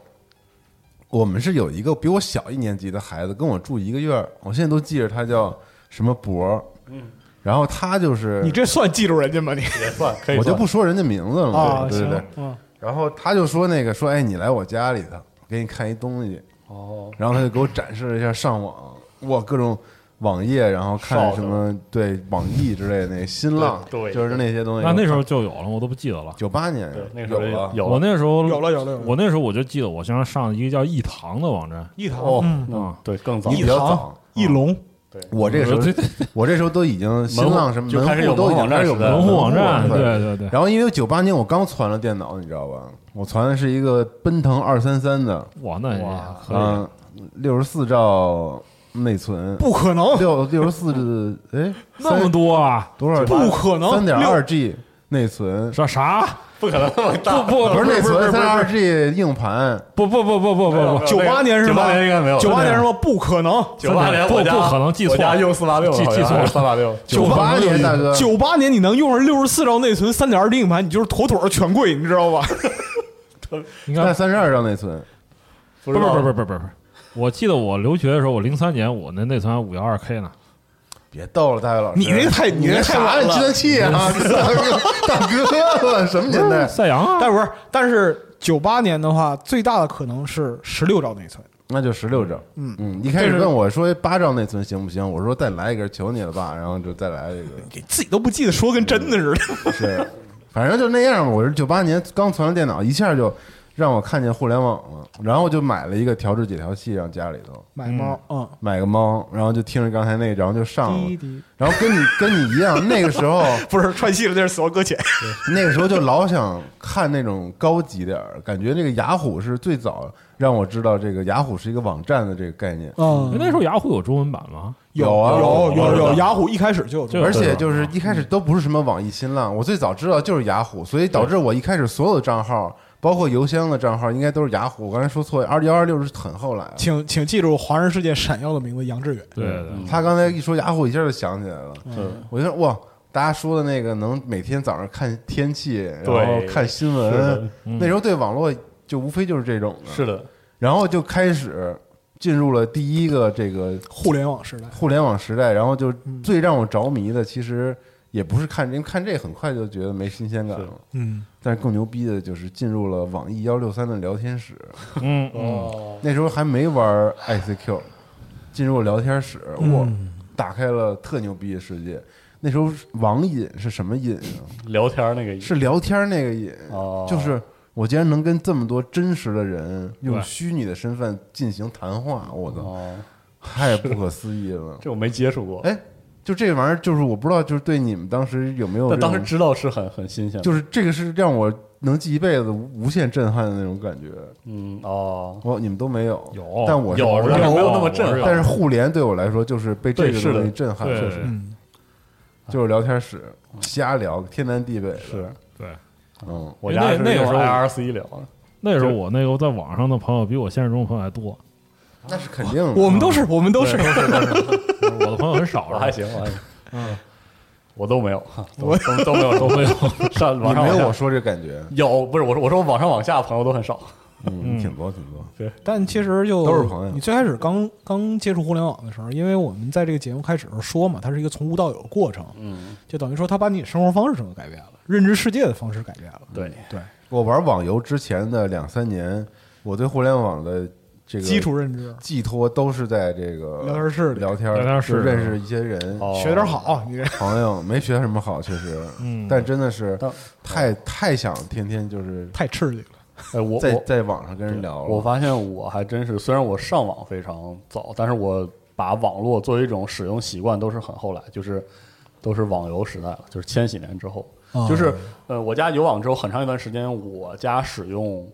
我们是有一个比我小一年级的孩子跟我住一个院儿，我现在都记着他叫什么博，嗯，然后他就是你这算记住人家吗？你也算可以我算，就不说人家名字了嘛，啊，对对对行，，嗯，然后他就说那个说哎你来我家里头，我给你看一东西，哦，然后他就给我展示了一下上网，哇各种。网页，然后看少的什么对网易之类的那个新浪，对对就是那些东西。那那时候就有了，我都不记得了。九八年对，那个时候有啊有我那时候有了有了有了我那时候我就记得我经常上一个叫一堂的网站，一堂哦，嗯嗯，对，更早你比较早，啊一龙，我这个时候嗯对对 [laughs] 我这时候都已经新浪什么 [laughs] 就开始门有户都已经门户网开站始有时代了门户网了站，对。对对，然后因为九八年我刚传了电脑，你知道吧？我传的是一个奔腾二三三的，哇，那也哇可以，嗯，六十四兆内存，不可能，六六十四 [laughs] 哎那么多啊？多少？不可能三点二 G 内存，啥啥？不可能那么大，[laughs] 不不是内存，三不点二 G 硬盘，不不不不不不不，九八年是九吧八？年应该没有，九八年是吧？不可能，九八年不我家不可能记错我家用四八六，记记错了四八六，八年大哥，九八年你能用上六十四兆内存、三点二 D 硬盘，你就是妥妥的权贵，你知道吧？ [laughs] 应该但三十二兆内存，不不是是不是不是不是不是，我记得我留学的时候，我零三年我那内存还五幺二 K 呢，别逗了，大卫老师，你那太你那太啥晚了计算器啊， [laughs] 大哥大哥了，什么年代？赛扬啊，但不是，但是九八年的话，最大的可能是十六兆内存。 [laughs] 那就十六兆。嗯嗯，一开始问我说八兆内存行不行？我说再来一根，求你了吧。然后就再来一个， [laughs] 给自己都不记得说跟真的似嗯的。是，反正就那样。我是九八年刚存上电脑，一下就让我看见互联网了。然后我就买了一个调制解调器，让家里头买猫，嗯，买个猫，然后就听着刚才那个，然后就上滴了。滴然后跟你跟你一样，那个时候不是串戏了，那是死亡搁浅。那个时候就老想看那种高级点儿，感觉这个雅虎是最早让我知道这个雅虎是一个网站的这个概念。嗯，那时候雅虎有中文版吗？有啊 [laughs] 有有有有有，雅虎一开始就有这就个，而且嗯就是一开始都不是什么网易、新浪，我最早知道就是雅虎，所以导致我一开始所有的账号，包括邮箱的账号，应该都是雅虎。我刚才说错，二幺二六是很后来。请请记住华人世界闪耀的名字杨致远。对对，他刚才一说雅虎，一下就想起来了。嗯我就说哇，大家说的那个能每天早上看天气，然后对看新是的嗯闻，那时候对网络就无非就是这种的。是的，然后就开始进入了第一个这个互联网时代，互联网时代，然后就最让我着迷的，其实也不是看，因为看这很快就觉得没新鲜感了。嗯，但是更牛逼的就是进入了网易幺六三的聊天室，嗯，哦，那时候还没玩 ICQ，进入聊天室，我打开了特牛逼的世界。那时候网瘾是什么瘾啊？聊天儿那个是聊天那个瘾，哦就是我竟然能跟这么多真实的人用对虚拟的身份进行谈话，我操，哦，太不可思议 [laughs] 了！这我没接触过，哎，就这玩意儿，就是我不知道，就是对你们当时有没有这但种？当时知道是很很新鲜的，就是这个是让我能记一辈子、无无限震撼的那种感觉。嗯哦，我你们都没有，有但我是有但但是我没有那么震撼但是互联对我来说就是被这个对是的东西震撼，嗯对确实嗯就是聊天室瞎聊，天南地北的是，对，嗯，我家是那那时个时候候 IRC 聊的，那时候我那个在网上的朋友比我现实中的朋友还多，那是肯定的。我们都是，我们都是，我的朋友很少， [laughs] 我还行，我还行，嗯，哎我都没有，哈都都都没有，都没有，上你网上没有往下我说这感觉，有不是我说我说网上往下朋友都很少，嗯，挺多挺多。但其实就都是朋友你最开始刚刚接触互联网的时候，因为我们在这个节目开始的时候说嘛，它是一个从无到有的过程，嗯，就等于说它把你生活方式整个改变了，认知世界的方式改变了。嗯对，对，我玩网游之前的两三年，我对互联网的这个基础认知，寄托都是在这个聊天室里聊天聊天就室认识一些人、哦学点好，你这朋友，没学什么好，确实，嗯但真的是但太太想天天就是太刺激了。哎我在我在网上跟人聊了。我发现我还真是，虽然我上网非常早，但是我把网络作为一种使用习惯都是很后来，就是都是网游时代了，就是千禧年之后。哦就是呃，我家有网之后，很长一段时间，我家使用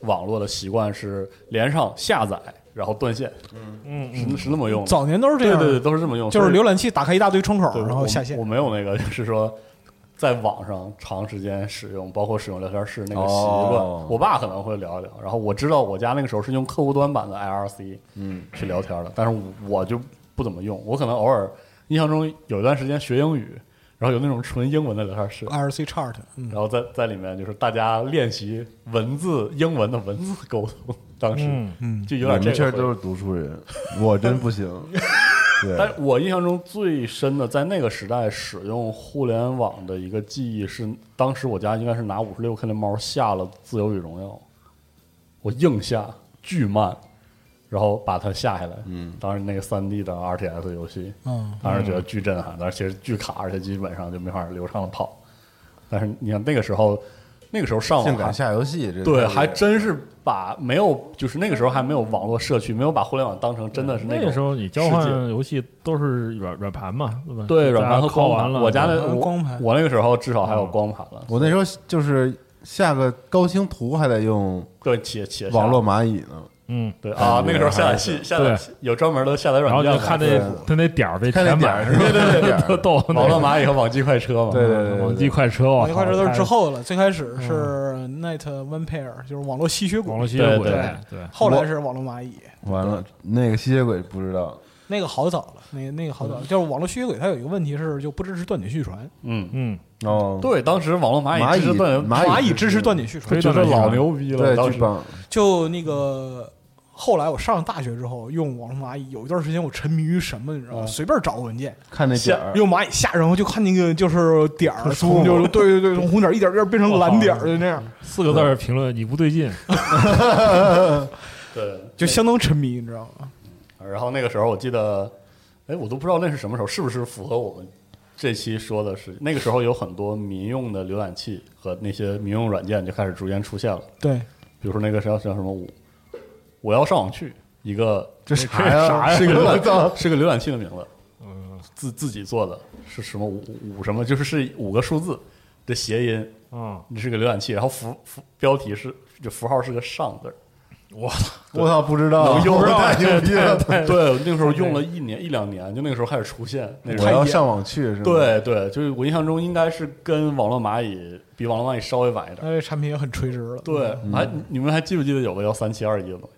网络的习惯是连上下载，然后断线，嗯嗯，是是那么用的。早年都是这对样，对对，都是这么用，就是所以浏览器打开一大堆窗口对，然后我下线我。没有那个，就是说在网上长时间使用，包括使用聊天室那个习哦惯。我爸可能会聊一聊，然后我知道我家那个时候是用客户端版的 IRC 嗯去聊天的，但是我就不怎么用，我可能偶尔印象中有一段时间学英语，然后有那种纯英文的聊天室。 IRC chart，嗯，然后在在里面就是大家练习文字英文的文字沟通，当时嗯就有我点们这确个实回都是读书人，我真不 [laughs] 行。对，但我印象中最深的，在那个时代使用互联网的一个记忆是，当时我家应该是拿五十六 K 的猫下了《自由与荣耀》，我硬下，巨慢，然后把它下下来。嗯，当时那个三 D 的 RTS 游戏，嗯，当时觉得巨震撼，但是其实巨卡，而且基本上就没法流畅的跑。但是你看那个时候，那个时候上性网还感下游戏，这对，太还真是把没有，就是那个时候还没有网络社区，没有把互联网当成真的是那种个时候你交换游戏都是软软盘嘛，对吧？对，软盘和拷光完盘嗯了，我家软的盘我光盘我那个时候至少还有光盘了。我那时候就是下个高清图还得用对，且且下网络蚂蚁呢，嗯，对啊，那个时候下载对器下载有专门的下载然后软件就嘛，看对那他那点儿被看那填点满儿，，对 [laughs] 对对，特逗，网络蚂蚁和网际快车 [laughs] 嘛。对对对，网际快车，网网际快车都是之，后了，最开始嗯是 Net One Pair，就是网络吸血鬼网，络吸血鬼，对对后来是网络蚂蚁，完了，那个吸血鬼不知道，那个好早了，那个那个好早了，就是网络吸血鬼它有一个问题是就不支持断点续传，嗯，嗯，哦，对，当时网络蚂蚂蚁支持蚁断蚂蚁蚁支持断点续传非，觉常得老牛逼了，当对，时巨棒，就那个后来我上了大学之后用网络蚂蚁，有一段时间我沉迷于什么，你知道吗？嗯随便找个文件，看那点儿，用蚂蚁下，然后就看那个就是点儿特舒从服就是对对对，从红点儿一点儿一点儿变成蓝点儿，就那样，四个字儿评论，你不对劲，对。就相当沉迷，你知道吗？然后那个时候我记得，哎，我都不知道那是什么时候，是不是符合我们这期说的是那个时候有很多民用的浏览器和那些民用软件就开始逐渐出现了。对，比如说那个叫叫什么我我要上网去，一个这啥呀？是一个浏我操！ [laughs] 览是个浏览器的名字，嗯自自己做的是什么五五什么，就是是五个数字的谐音，嗯，你是个浏览器，然后符符标题是就符号是个上 [laughs] 字儿，我我操，不知道，用太牛逼 [laughs] 了！对，那个时候用了一年一两年，就那个时候开始出现，那个时我候要上网去是吗？，哎对对，就是我印象中应该是跟网络蚂蚁比网络蚂蚁稍微晚一点。那这产品也很垂直了，对，嗯还你们还记不记得有个叫三七二一的东西？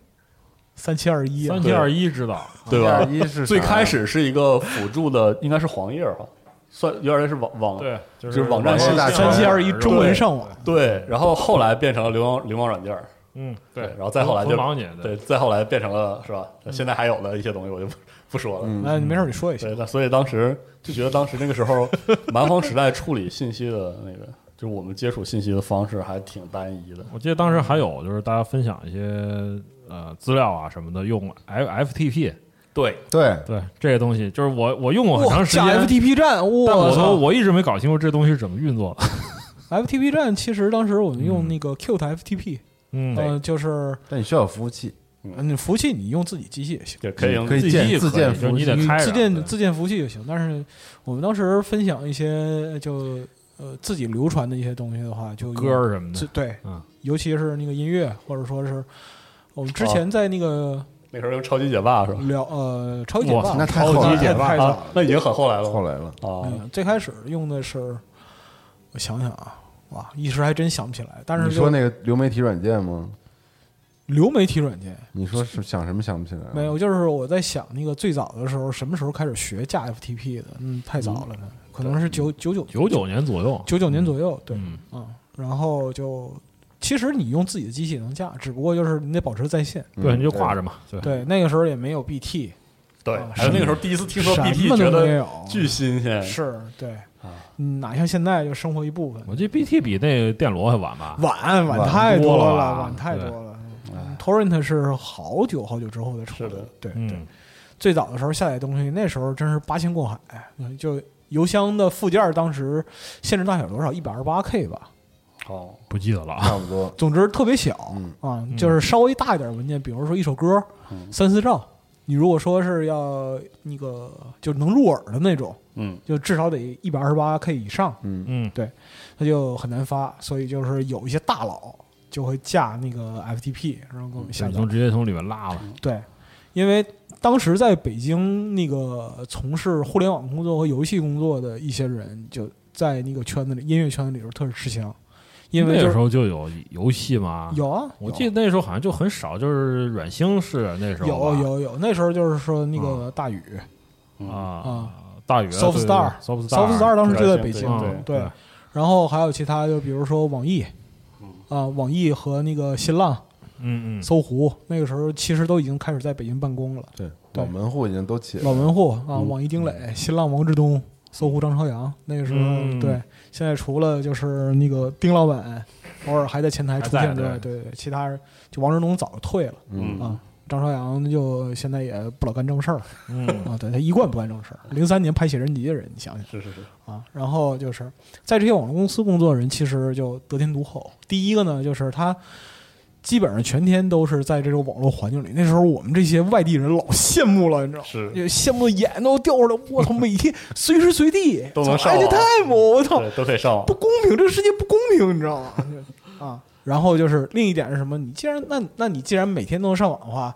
三七二一，啊三七二一知道，对吧？一是啥最开始是一个辅助的，应该是黄页儿哈，算有点类似网网对，就就是网站网信络大息全三七二一中文上网，对，然后后来变成了流网流网软件儿，嗯，然后再后来就捆绑你，对，再后来变成了是吧？现在还有的一些东西我就不不说了。嗯哎那你没事儿你说一下对，，那所以当时就觉得当时那个时候蛮荒时代处理信息的那个，就是我们接触信息的方式还挺单一的。我记得当时还有就是大家分享一些呃资料啊什么的，用 F FTP，对，对，对这个东西，就是我我用过很长时假间， FTP 站，但我操都我一直没搞清楚这东西是怎么运作的。 FTP 站其实当时我们用那个 Qt FTP，嗯，呃，就是但你需要有服务器，嗯，服务器你用自己机器也行，就可以嗯用可以自己建也自可以建就是你得你开着自建对自建服务器也行。但是我们当时分享一些就呃自己流传的一些东西的话，就用歌儿什么自的，对嗯，尤其是那个音乐，或者说是我们之哦前在那个那时候用超级解霸是吧？聊呃超级解哇放那太后级来解了，太早啊，那已经很后来了后来了，啊。嗯，最开始用的是我想想啊，哇，一时还真想不起来。但是你就说那个流媒体软件吗？流媒体软件嗯你说是想什么想不起来？没，有，就是我在想那个最早的时候，什么时候开始学架 FTP 的？嗯，太早了呢，可能是九九九嗯九九年左右，九九年左右，对，嗯嗯，然后就其实你用自己的机器也能架，只不过就是你得保持在线。嗯对，你就挂着嘛，对，对，那个时候也没有 BT，对，啊还有那个时候第一次听说什么 BT，都觉没得有巨新鲜。是对啊，嗯哪像现在就生活一部分，我记得 BT 比那个电罗还晚吧？晚晚晚太多多了了，吧晚太对多了。嗯 Torrent 是好久好久之后才出是的对对嗯，，最早的时候下载东西，那时候真是八仙过海，嗯就邮箱的附件儿当时限制大小多少？一百二十八 K 吧，哦，不记得了啊。差不多。总之特别小、嗯啊，就是稍微大一点文件，比如说一首歌、三四兆，你如果说是要那个就能入耳的那种，嗯，就至少得一百二十八 K 以上，嗯，对，它就很难发，所以就是有一些大佬就会架那个 FTP，然后给我们下你载从。直接从里面拉了，对，因为当时在北京那个从事互联网工作和游戏工作的一些人，就在那个圈子里，音乐圈子里头特别吃香，因为那就个时是候就有游戏嘛。，有啊，我有记得那时候好像就很少，就是软星是那时候有吧有有，那时候就是说那个大宇、啊，大宇 Softstar Soft s o f t s t a r 当时就在北对京，嗯对对，然后还有其他，就比如说网易，啊，网易和那个新浪、嗯嗯，搜狐，那个时候其实都已经开始在北京办公了。对，老门户已经都起来嗯老了，门户啊，网易丁磊、新浪王志东、搜狐张朝阳，那个时候、嗯对，现在除了就是那个丁老 [laughs] 板偶尔还在前台出还在现之外，对对对，其他人就王志东早就退了、嗯啊，张朝阳就现在也不老干正事儿、嗯啊，对他一贯不干正事儿，零三年拍写真集的人，你想想是是是，啊，然后就是在这些网络公司工作的人，其实就得天独厚。第一个呢，就是他基本上全天都是在这种网络环境里。那时候我们这些外地人老羡慕了，你知道吗？是也羡慕眼都掉出来。我操，每 [laughs] 天随时随地都能上哎，这网太猛！我操，对，都可以上网不。公平，这个世界不公平，你知道吗？ [laughs] 啊，然后就是另一点是什么？你既然那那你既然每天都能上网的话，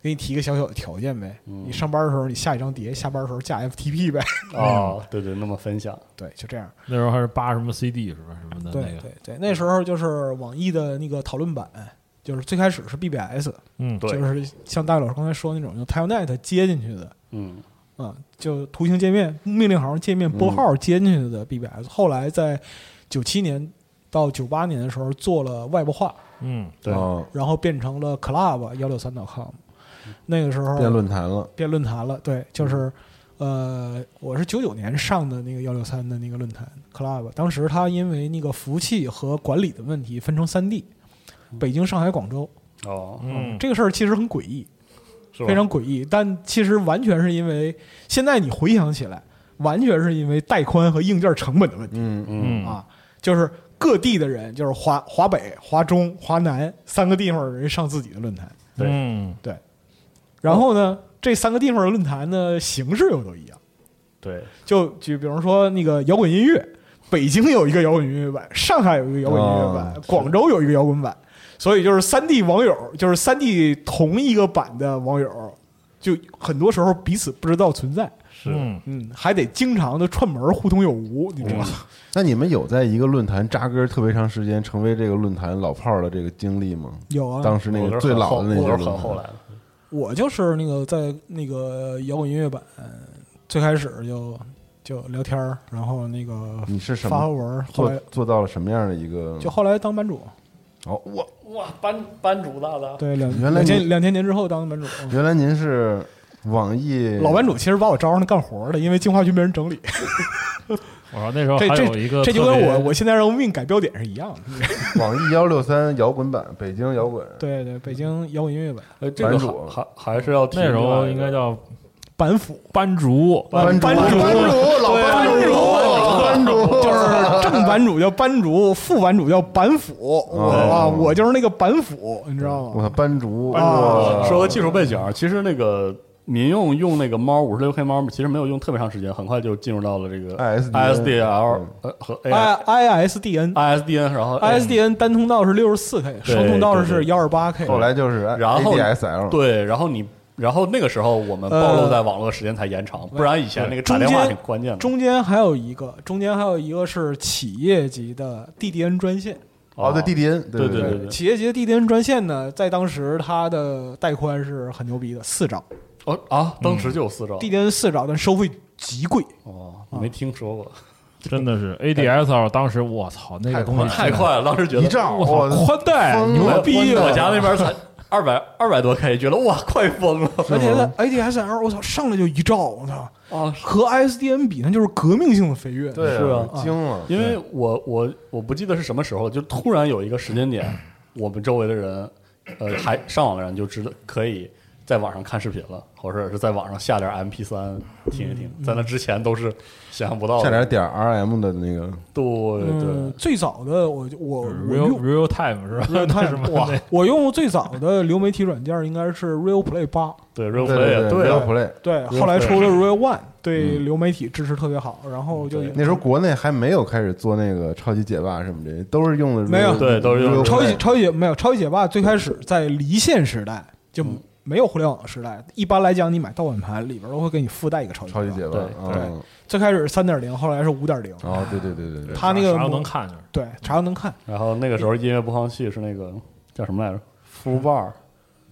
给你提一个小小的条件呗。嗯你上班的时候你下一张碟，下班的时候架 FTP 呗。 [laughs] 哦，对对，那么分享，对，就这样。那时候还是扒什么 CD 是吧？什么的对那个，对对，那时候就是网易的那个讨论版，就是最开始是 BBS，嗯，对就是像大宇老师刚才说那种用 Telnet 接进去的，嗯，啊、就图形界面、命令行界面、嗯拨号接进去的 BBS、后来在九七年到九八年的时候做了外部化，嗯，对，哦然后变成了 Club 幺六三 .com，那个时候变论坛了，变论坛了，对，就是。呃，我是九九年上的那个幺六三的那个论坛 Club，当时它因为那个服务器和管理的问题分成三地，北京、上海、广州。哦，嗯，这个事儿其实很诡异，是吧非常诡异，但其实完全是因为现在你回想起来，完全是因为带宽和硬件成本的问题、嗯，嗯嗯啊，就是各地的人，就是华华北、华中、华南三个地方的人上自己的论坛，对嗯对，然后呢，这三个地方的论坛呢形式又都一样。对，就举比方说那个摇滚音乐，北京有一个摇滚音乐版，上海有一个摇滚音乐版，哦广州有一个摇滚版，所以就是三地网友，就是三地同一个版的网友，就很多时候彼此不知道存在，是，嗯，嗯，还得经常的串门互通有无，你知道吗？那你们有在一个论坛扎根特别长时间，成为这个论坛老炮儿的这个经历吗？有啊，当时那我个都是最很老后，的那我个都是很后来论坛，了，我就是那个在那个摇滚音乐版最开始就就聊天儿，然后那个你是什发么文，后做来做到了什么样的一个？就后来当版主。哦，我哇，班班主大大，对，两原来两你千两千年之后当的班主。嗯原来您是网易老班主其实把我招上来干活的，因为进化区没人整理。我说那哦时候这还有一这个这就特跟别我我现在让命改标点是一样的。网易幺六三摇滚版北京摇滚，对对，北京摇滚音乐版呃，这个班主还还还是要提那时另候外一应个该叫板斧，班竹，班主班班主主老班主老班主就是正版主叫班主，副版主叫板斧。哦我啊我就是那个板斧，你知道我吗？操班主班主哇呃说个技术背景啊，其实那个民用用那个猫五十六黑猫，其实没有用特别长时间，很快就进入到了这个 ISDN ISDL 呃和 AI I I S D N ISDN，然后啊 I S D N 单通道是六十四 K，对双通道对是对幺二八 K。后来就是哎然后 ADSL 对，然后你然后那个时候我们暴露在网络的时间才延长，不然以前那个打呃中电话挺间关键的。中间还有一个，中间还有一个是企业级的 DDN 专线。哦对 DDN 对对对对企业级的 DDN 专线呢，在当时它的带宽是很牛逼的，四兆哦啊，当时就有四兆 DDN 四兆，但收费极贵。哦，没听说过，真的是 ADSL。当时我操，那个东西太快了，当时觉一得兆我操，我宽带疯牛了逼宽我啊！家那边才二百二百多 K，觉得哇快疯了而且它 ADSL 我操上来就一兆，我操，啊！和 ISDN 比那就是革命性的飞跃。对是啊惊了因为我我我不记得是什么时候，就突然有一个时间点，我们周围的人，呃，还上网的人就知道可以在网上看视频了，或者是在网上下点 MP 三听一听，在那之前都是想象不到的。下点点 RM 的那个对对嗯，，最早的我就我我 real 用 real 呃 time 是吧？ [laughs] 那什么哇那，我用最早的流媒体软件应该是 Real Play 八，对 Real 对对 Play 对啊 Play 对，后来出了 Real One，对流媒体支持特别好，然后就对那时候国内还没有开始做那个超级解霸什么的，都是用的没有对都是用的超级 Play 超级解没有超级解霸最开始在离线时代就没有互联网时代，一般来讲你买盗版盘里边都会给你附带一个超级超级解解霸。霸对对嗯最开始三点零，后来是五点零，哦对对对对对它那个啥模都能看，就是对啥都能看。然后那个时候音乐播放器是那个叫什么来着？福伴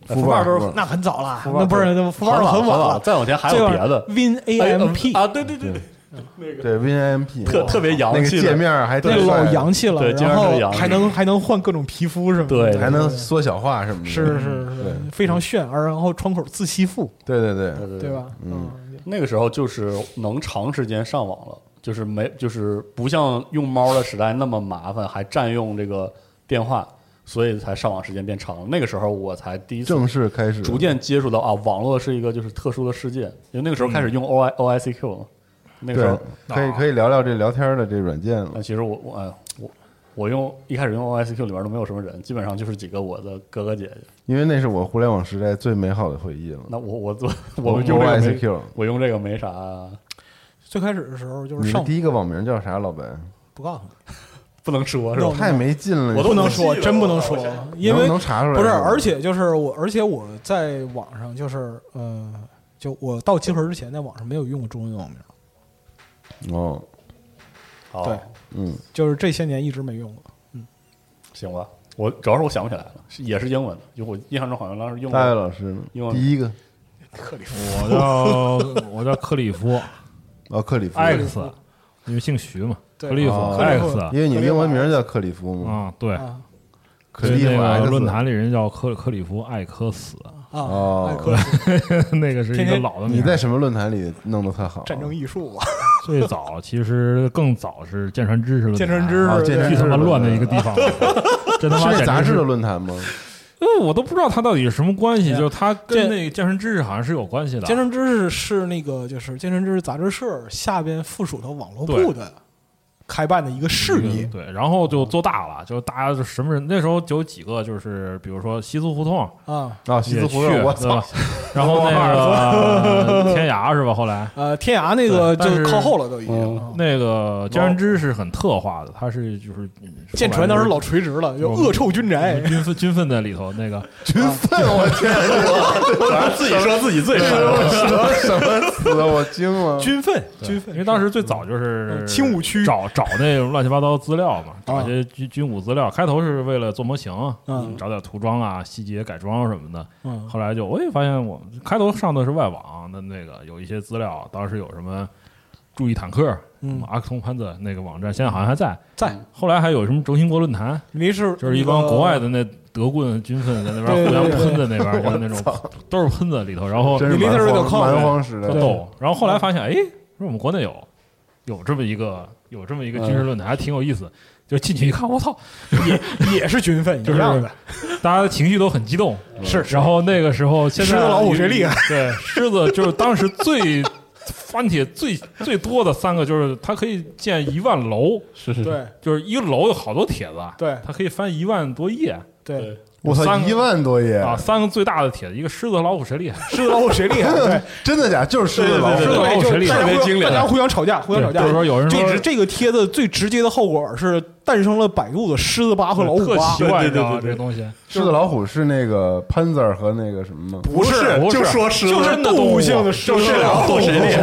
福伴儿都福伴是那很早了，伴那不是那福福伴尔儿很晚了，再往前还有别的 Win 哎呃 AMP，啊，对对对对， [laughs] 对 VNMP 特特别洋那个气的界面还那挺帅老的洋气了，对经然常是后洋气还能还能换各种皮肤什么的，对还能缩小化什么的，是是是对，非常炫，而然后窗口自吸附，对对对对对对？吧？嗯，那个时候就是能长时间上网了，就是没就是不像用猫的时代那么麻烦，还占用这个电话，所以才上网时间变长了。那个时候我才第一次正式开始逐渐接触到啊，网络是一个就是特殊的世界，因为那个时候开始用 O I O I C Q 了。那个时嗯对候，，可以可以聊聊这聊天的这软件了但。其实我我哎我我用一开始用 O I C Q 里边都没有什么人，基本上就是几个我的哥哥姐姐。因为那是我互联网时代最美好的回忆了。那我我做 O- 我用这个没 OICQ 我用这个没啥最开始的时候就是你上的第一个网名叫啥，老白？不告诉你。不能说是吧 No？太没劲了，我都不你能说，真不能说，因为能查出来不是，吗而且就是我，而且我在网上就是呃，就我到集合之前，在网上没有用过中文网名，哦，好对嗯，就是这些年一直没用过。行吧，我主要是我想不起来了，是也是英文的，就我印象中好像当时用大卫过老师呢用第一个 [laughs] 我叫我叫克里夫哦，克里夫， X，因为姓徐嘛，对克里夫哦克里夫 X 因为你英文名叫克里夫嘛，啊，对，啊克就里夫那 X 个论坛里人叫克克里夫艾科死，啊！艾哦克斯那个是一天个天老的名你儿。在什么论坛里弄得特好？战争艺 [laughs] 术啊，最早其实更早是舰船知识论坛，剑川知啊识剑川巨对他妈乱的一个地方，真他啊是妈简那直杂志是的论坛吗？嗯，我都不知道它到底是什么关系，对就是它这跟那个健身知识好像是有关系的。啊健身知识是那个就是健身知识杂志社下边附属的网络部的开办的一个事业，嗯对，然后就做大哦了，就大家就什么人，那时候就有几个，就是比如说西租胡同啊，啊，西也斯去，胡同，我对操吧，然后那个 [laughs] 天涯是吧？后来呃，天涯那个对但嗯就是靠后了，都已经。啊那个健身知识很特化的，它是就是建船当时老垂直了，就恶臭军宅，军分军分在里头那个， [laughs] 军分，啊我天， [laughs] 自己说自己最什么什么死，我惊了，军分军分因为当时最早就是嗯轻武区找找那种乱七八糟资料嘛，啊找一些军军武资料。开头是为了做模型，嗯找点涂装啊、细节改装什么的。嗯后来就我也发现我，开头上的是外网的那个有一些资料，当时有什么注意坦克，什嗯么，阿克通潘子那个网站，现在好像还在。在后来还有什么轴心国论坛，你是嗯就是一帮国外的那德棍军分在那边互相喷的那 [laughs] 边，就是那种都是喷子里头，然 [laughs] 后真是你离蛮那儿有点荒靠蛮呗荒时代特。逗。然后后来发现，哎，说我们国内有有这么一个有这么一个军事论坛，还挺有意思。就进去一看，我操，也是军分就是一样的，大家的情绪都很激动。是 [laughs] 然后那个时候，现在狮子老虎谁厉害？对，狮子就是当时最翻帖最最多的三个，就是它可以建一万楼，是是，对就是一个楼有好多帖子，啊对它可以翻一万多页对，我操三，个一万多页啊。三个最大的帖子，一个狮子和老虎谁厉害？狮子老虎谁厉 [laughs] 害？啊对， [laughs] 真的假的？就是狮子老对对虎对，对，谁厉啊就大家害特别互相经典大家互相吵架，互相吵架。就是说有人说这只这个帖子最直接的后果是诞生了百度的狮子八和老虎啊 [laughs] 特八奇，怪，你对对对知道吗对对对这个东西。狮子老虎是那个潘子儿和那个什么吗？不是不是就说是就是动物性的狮子就是老斗虎。 [laughs] 谁厉害？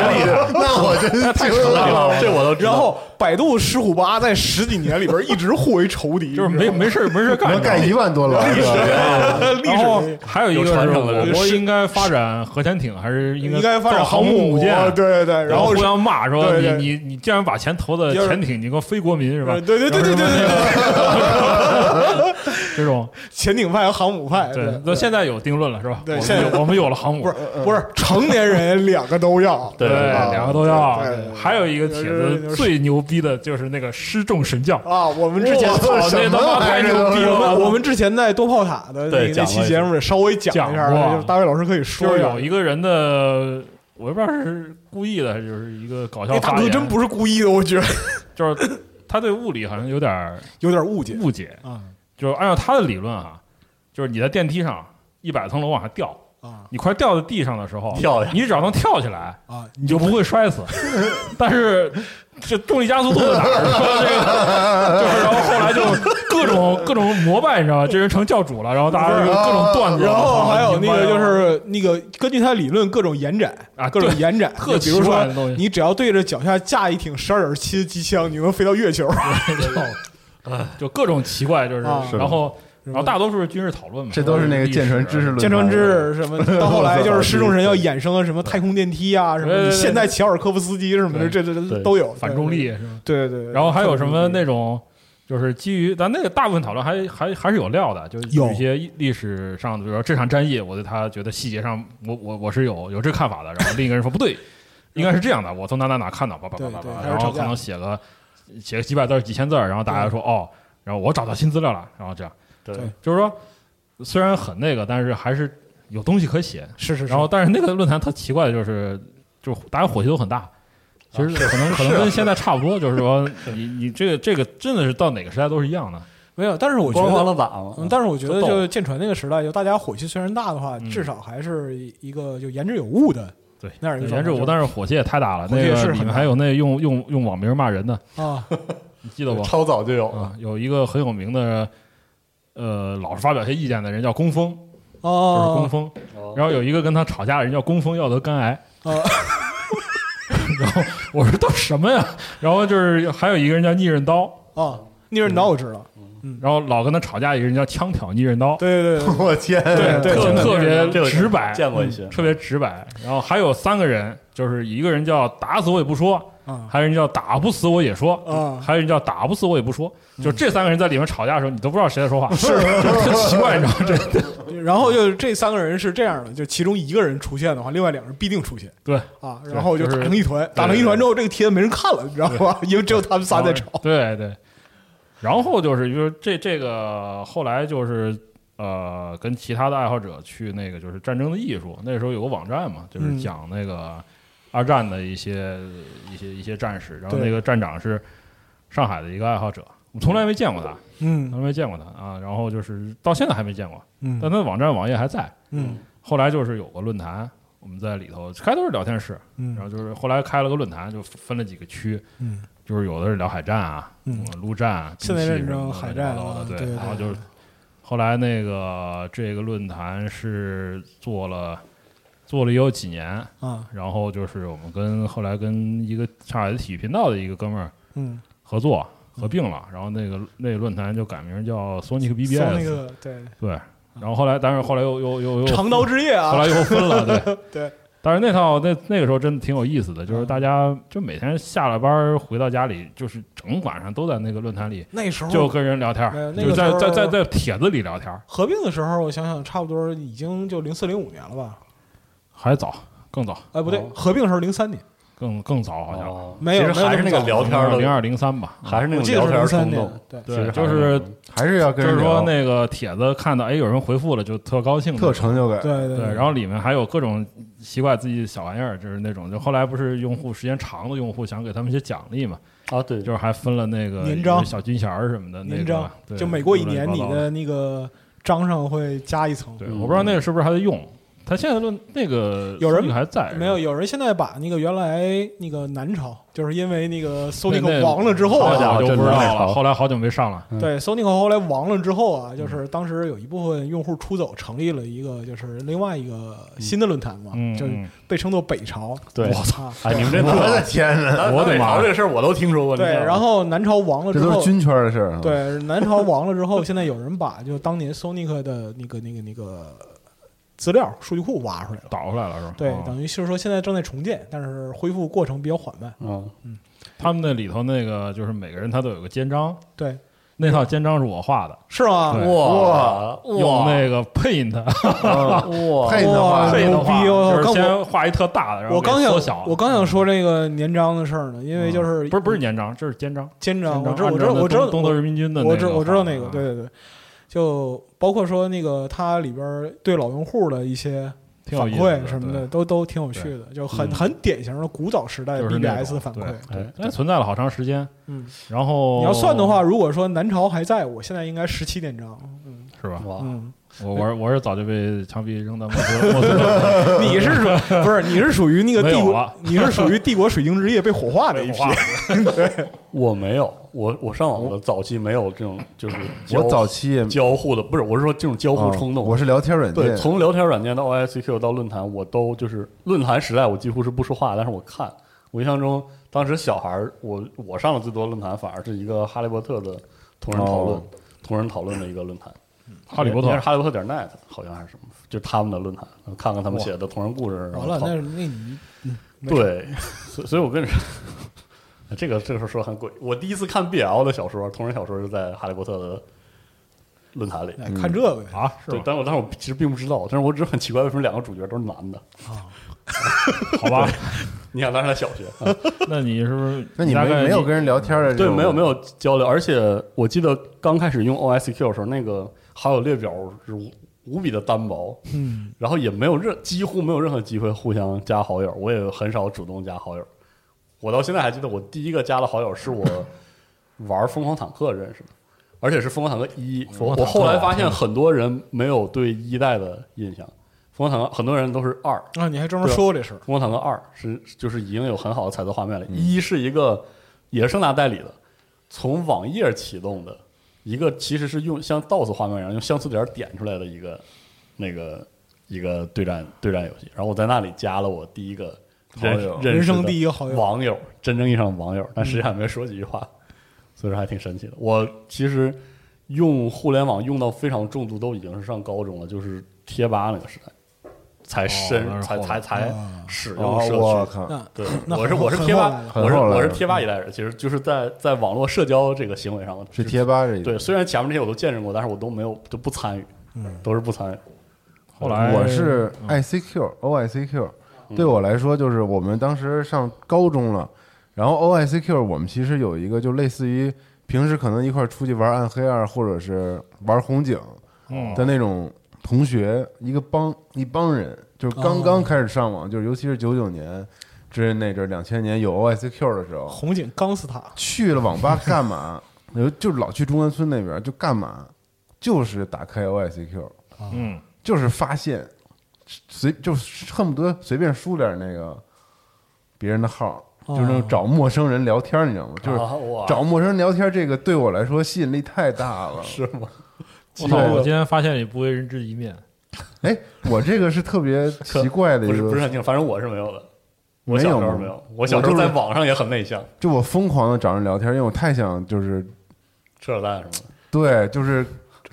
那我 [laughs] 真太扯淡了这我都知道然后百度狮虎八在十几年里边一直互为仇敌，就是没没事儿没事儿干，能干一万多了，是吧 [laughs] 历 [laughs] 然后史还有一个有传是承的我人国应该发展核潜艇，还是应该应该发展造航母母啊母舰？对对对，然后互是相骂说对对你你你竟然把钱投在就是潜艇，你个非国民是吧？呃对对对对对对这 [laughs] 种潜艇派和航母派，对，那现在有定论了是吧？哎对我们现在有我们有了航母，不是不是成年人两个都要，对，啊两个都要对对。对还有一个帖就是子最牛逼的就是那个失重神将，啊，我们之前我操操，那什他么妈太玩 [laughs] 意牛儿逼我了！们我们之前在多炮塔的对那那讲期了一节目里稍微讲一下，啊讲过就是大卫老师可以说就是下有一个人的，我也不知道是故意的，还是就是一个搞笑那哎大发哥言，真不是故意的，我觉得就是他对物理好像有点儿有点误解误解，啊就是按照他的理论啊，就是你在电梯上一百层楼往下掉，啊你快掉到地上的时候，跳呀你只要能跳起来，啊！你就不会摔死。但是这重力加速度在哪儿？说这个 [laughs] 就是，然后后来就各种各种膜拜，你知道吧？这人成教主了，然后大家就各种段 [laughs] 啊子，然后还有那个就我操是那个根据他理论各种延展啊各种延展， [laughs] 特就比如奇怪说的东西你只要对着脚下架一挺十二点七的机枪，你能飞到月球。就各种奇怪，就是啊然后然 [laughs] 后大多数是军事讨论嘛，这都是那个历史舰船知识论坛，建成之什么，到后来就是失重神要衍生了什么太空电梯啊，什对对么对现代乔尔科夫斯基什么的，这对这这对都有反重，力是吧？对对对对。然后还有什么那种种，就是基于咱那个大部分讨论还还还是有料的，就是有一些历史上的，比如说这场战役，我对他觉得细节上，我我我是有有这看法的。然后另一个人说 [laughs] 不对，应该是这样的，我从哪哪哪看到，叭叭叭叭对对叭，还是然后吵可架能写个写个几百字儿、几千字儿，然后大家说哦，然后我找到新资料了，然后这样，对对就是说虽然很那个，但是还是有东西可写。是是，然后但是那个论坛特奇怪的就是，就是大家火气都很啊大。其实可能可能跟现在差不多，就是说你你这个这个真的是到哪个时代都是一样的。没有，但是我觉光得环了咋嘛嗯，？但是我觉得啊就逗就舰船那个时代，就大家火气虽然大的话，嗯至少还是一个就言之有物的对，那样一个颜值状态我，但是火气也太大了。火气那也是很个里大面还有那用用用网名骂人的， [laughs] 啊，你记得不？超早就有了啊，有一个很有名的，呃，老是发表一些意见的人叫工蜂，就是工哦，蜂。哦然后有一个跟他吵架的人叫工蜂，要得肝癌。啊 [laughs] 然后我说都什么呀？然后就是还有一个人叫逆刃刀，啊，逆刃刀我知道，嗯然后老跟他吵架一个人叫枪挑逆刃刀，对对对 [laughs] 对，我天，对嗯特真的特这别个直白，见过一嗯些，特别直白。然后还有三个人，就是一个人叫打死我也不说，啊还有人叫打不死我也说，啊还有人叫打不死我也不说。就这三个人在里面吵架的时候，你都不知道谁在说话， [laughs] 是特奇怪，你知道吗？这然后就是这三个人是这样的，就其中一个人出现的话，另外两个人必定出现对，啊，然后就就打是成一团，打成一团之后，这个帖子没人看了，你知道吧？因为只有他们仨在吵， [laughs] 对对。然后就是就是这这个后来就是呃跟其他的爱好者去那个就是战争的艺术，那时候有个网站嘛，就是嗯讲那个二战的一些一些一些战士，然后对那个站长是上海的一个爱好者，我从来没见过他，从嗯来没见过他啊，然后就是到现在还没见过，但嗯他的网站网页还在。嗯后来就是有个论坛，我们在里头开都是聊天室，然嗯后就是后来开了个论坛，就分了几个区，嗯，就是有的是聊海战啊，嗯呃陆战啊、现在兵器认什么证的海战啊乱七对八糟的对然后对就是后来那个这个论坛是做了做了也有几年，啊然后就是我们跟后来跟一个上海的体育频道的一个哥们儿嗯，合作合并了，然后那个那个论坛就改名叫 Sonic 搜 BBS，那个对对，然后后来但是后来又又又又长刀之夜后啊来，又分了，对对。但是那套那那个时候真的挺有意思的，嗯就是大家就每天下了班儿回到家里，就是整晚上都在那个论坛里那时候就跟人聊天没有儿，那就个是在时候在在在帖子里聊天儿，合并的时候，我想想，差不多已经就零四零五年了吧？还早，更早，哎，不对，哦合并时候零三年，更更早好像。哦没有其实还是那个没有聊天的零二零三吧，还是那嗯我种记得聊是零三天冲年动。，对，对其实还就是还是要就跟人是聊说那个帖子看到哎有人回复了就特高兴，特成就感。对对对，然后里面还有各种奇怪自己的小玩意儿，就是那种就后来不是用户时间长的用户想给他们一些奖励嘛，啊，对，就是还分了那个年章小军衔儿什么的，那年个章对就每过一乱七年，八你糟的那个章上会加一层。对，我不知道那个是不是还在用。他现在论那个有人那个还在是吧没有，有人现在把那个原来那个南朝，就是因为那个那 Sonic 亡了之后好家啊，伙我就哦真不知的道太了。潮后来好久没上了，对 Sonic 后来亡了之后啊，就是当时有一部分用户出走，成立了一个就是另外一个新的论坛嘛，嗯就是嗯被称作北朝。啊对我操！[laughs] 哎，你们这我的天哪，我得聊这个事儿，我都听说过。对，你知道吗然后南朝亡了这之都是后，军圈的事儿啊。，对南朝亡了之后，现在有人把就当年 Sonic 的那个那个那个资料数据库挖出来了。倒出来了是吧？对哦，等于就是说现在正在重建，但是恢复过程比较缓慢。嗯，他们那里头那个就是每个人他都有个肩章，对，那套肩章是我画的，是吗？对嗯哇用那个 Paint 啊 [laughs] 哇，配的哇话，这配的话，牛逼哦我就是刚先画一特大的，然后我刚给想缩小。嗯啊我刚想说这个年章的事儿呢，因为就是不是不是年章，这是肩章。肩章，我肩知道章我知道按照我知道东东德人民军的那个我知我知道画那个，啊对对对，就包括说那个它里边儿对老用户的一些挺有反意思馈什么的，的嗯都都挺有趣的，就很很典型的古早时代就是那种 BBS 的反馈。对，对，但存在了好长时间。嗯，然后你要算的话，如果说南朝还在，我现在应该十七点章。是吧？哇，嗯，我我是我是早就被枪毙扔到莫斯科莫斯科 [laughs] 你是属不是你是属于那个没帝有国了，你是属于帝国水晶之啊夜被火化的一批。我没有，我我上网的早期没有这种，就是交我早期也交互的，不是，我是说这种交互啊冲动。嗯我是聊天软对，件，从聊天软件到 ICQ 到论坛，我都就是论坛时代，我几乎是不说话，但是我看。我印象中，当时小孩儿，我我上的最多论坛，反而是一个《哈利波特》的同人讨论，哦同人讨论的一个论坛。哈利波应该特是。哈利波特点 net，好像还是什么，就是他们的论坛，看看他们写的同人故事。然后完了，讨那那你对， [laughs] 所以所以我跟你说， [laughs] 这个这个事儿说得很诡异。我第一次看 BL 的小说，同人小说是在《哈利波特》的论坛里。哎看这个呀，啊，是对吧，？但我但我其实并不知道，但是我只是很奇怪，为什么两个主角都是男的？好吧，你想，当时在小学，哎啊那你是不是？那你大没概没有跟人聊天的？哦对，没有没。有交流。而且我记得刚开始用 OSQ 的时候，那个好友列表是无无比的单薄，嗯，然后也没有任几乎没有任何机会互相加好友，我也很少主动加好友。我到现在还记得，我第一个加的好友是我玩《疯狂坦克》认识的，而且是《疯狂坦克一》。疯我狂我坦克哦后来发现很多人没有对一代的印象，《疯狂坦克》很多人都是二，啊，你还专门说过这事儿《疯狂坦克二》是就是已经有很好的彩色画面嗯了，一是一个也是盛大代理的，从网页启动的一个其实是用像 DOS 画面一样用相似点点出来的一个那个一个对战对战游戏，然后我在那里加了我第一个人好友认识的人生第一个好友嗯网友，真正意义上的网友，但实际上也没说几句话，所以说还挺神奇的。我其实用互联网用到非常重度，都已经是上高中了，就是贴吧那个时代。才哦深、那是才后来才才使用哦，社区。我靠！那对，啊那我是很我是很贴后吧来了，我是很后来我是了贴吧一代人，其实就是在在网络社交这个行为上是贴吧这一对，虽然前面这些我都见识过，但是我都没有就不参与，嗯都是不参与。后来嗯我是 ICQ、OICQ，对我来说就是我们当时上高中了，然后 OICQ 我们其实有一个就类似于平时可能一块儿出去玩暗黑二或者是玩红警嗯的那种同学，一个帮一帮人，就是刚哦刚开始上网，就是尤其是九九年之类那阵儿，两千年有 OICQ 的时候，红警钢丝塔，去了网吧干嘛？有就是老去中关村那边儿就干嘛？就是打开 OICQ，嗯，就是发现随就是恨不得随便输点那个别人的号，哦就是那种找陌生人聊天，你知道吗？就是啊哇找陌生人聊天，这个对我来说吸引力太大了。是吗？我操！我今天发现你不为人知一面，哎，我这个是特别奇怪的一不是个，不是很清，反正我是没有的。我没小有时候吗没有，我小时就候在是网上也很内向，就我疯狂的找人聊天，因为我太想就是扯扯淡什么的。对，就是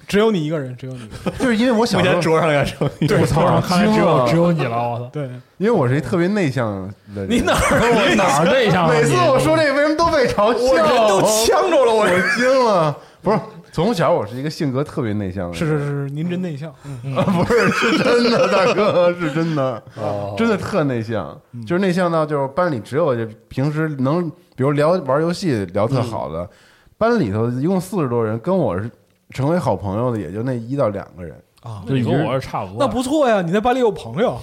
只有你一个人，只有你一个人。就是因为我小目 [laughs] 时候前桌上呀，桌我桌操，上看来只惊有了只有你了，我操！对，因为我是一特别内向的人，你哪儿我哪儿内向啊？每次你我说这为什么都被嘲笑？呛着了，我惊了，不是。从小我是一个性格特别内向的人，是是是，您真内向。嗯，不是是哦真的，大哥是真的， [laughs] 真的特内向，就是内向到就是班里只有就平时能，比如聊玩游戏聊特好的，班里头一共四十多人，跟我是成为好朋友的也就那一到两个人，就你跟我是差不多，啊那不错呀，你在班里有朋友。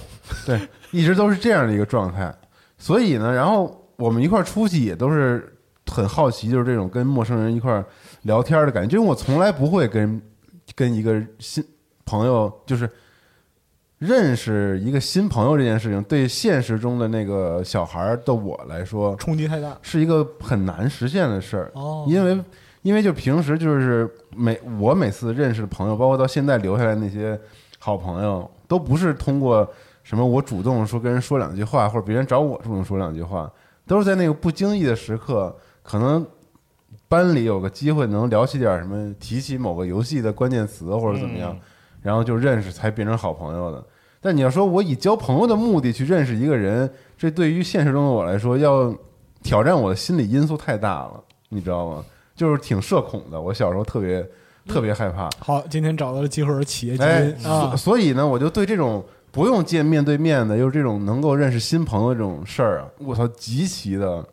对， [laughs] 一直都是这样的一个状态。所以呢，然后我们一块儿出去也都是很好奇，就是这种跟陌生人一块儿聊天的感觉。因为我从来不会跟跟一个新朋友，就是认识一个新朋友这件事情，对现实中的那个小孩儿的我来说，冲击太大。是一个很难实现的事儿。哦因为因为就平时就是每我每次认识的朋友，包括到现在留下来那些好朋友，都不是通过什么我主动说跟人说两句话，或者别人找我主动说两句话，都是在那个不经意的时刻，可能。班里有个机会能聊起点什么，提起某个游戏的关键词或者怎么样，然后就认识才变成好朋友的。但你要说我以交朋友的目的去认识一个人，这对于现实中的我来说要挑战我的心理因素太大了，你知道吗？就是挺社恐的，我小时候特别特别害怕。好，今天找到了集合企业基哎，因啊所，所以呢，我就对这种不用见面对面的，又是这种能够认识新朋友这种事儿啊，我操，极其的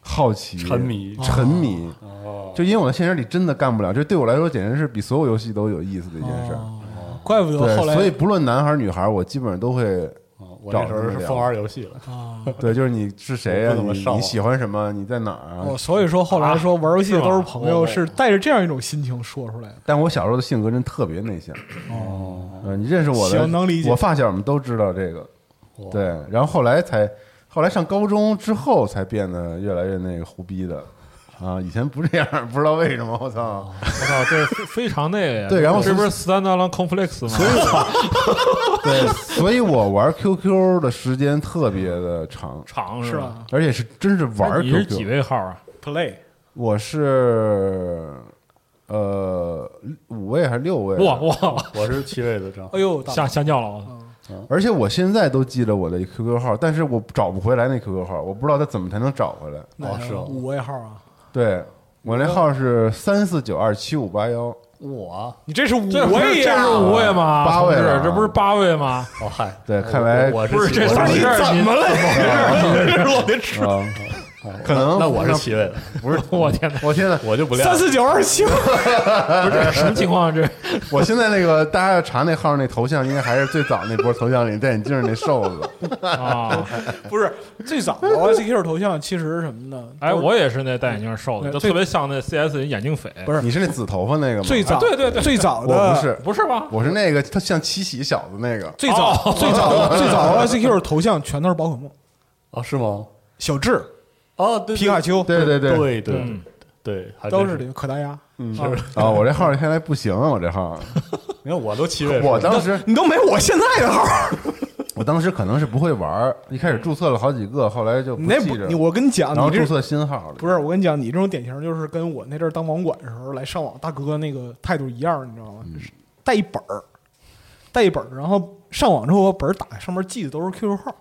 好奇、沉迷沉迷。哦，就因为我在现实里真的干不了，这对我来说简直是比所有游戏都有意思的一件事儿。哦怪不得后对，来所以不论男孩儿女孩儿，我基本上都 [laughs] 会哦我那时候是疯玩游戏了，啊，对，就是你是谁呀、不怎么你上你网喜欢什么？你在哪儿啊？哦，所以说后来说玩游戏的都是朋友，啊是带着这样一种心情说出来的。但我小时候的性格真特别内向。哦，你认识我的，行能理解我发小们都知道这个，对。然后后来才，后来上高中之后才变得越来越那个胡逼的，啊，以前不这样，不知道为什么，我操！我操，这非非常那个呀。对然后这不是 standalone complex 吗？所以对，所以我玩 QQ 的时间特别的长，长是吧？吧而且是真是玩哎你是几 QQ。位号啊？ ？Play 我是呃五位还是六位？哇哇，我是七位的账号哎，呦，大吓吓尿了！我操而且我现在都记得我的 QQ 号，但是我找不回来那 QQ 号，我不知道它怎么才能找回来。那哦是哦五位号啊，对我那号是三四九二七五八幺，我你这是五这不是位这呀是？五位吗？八位同志了这不是八位吗？哦嗨，对我看来我我不是七这我咋回事儿？怎 [laughs] 么了？哦可能那我是七位的，不是我天哪！我现在我就不练三了。四九二 [laughs] 七，不是这什么情况？啊这 [laughs] 我现在那个大家要查那号那头像，应该还是最早那波头像里戴眼镜那瘦子。啊！不是最早的 YCQ 头像其实是什么呢？哎，都我也是那戴眼镜瘦的，对就最特别像那 CS 眼镜匪。不是你是那紫头发那个吗？最早啊对对对最早的我不是，不是吧？我是那个他像七喜小子那个。最哦早最早的最早的 YCQ 头像全都是宝可梦，哦，是吗？小智、哦，对，对皮卡丘对对对，对对嗯对，还都真是是这。个可达鸭，嗯，是啊，我这号现在不行啊，我这号，你看我都七位，我的当时你都没我现在的号，我当时可能是不会玩儿，一开始注册了好几个，后来就你那记不着你，我跟你啊讲，然后你注这册新号了。不是我跟你讲，你这种典型就是跟我那阵儿当网管的时候来上网大哥那个态度一样，你知道吗？嗯带一本儿，带一本儿，然后上网之后把本儿打开，上面记的都是 QQ 号。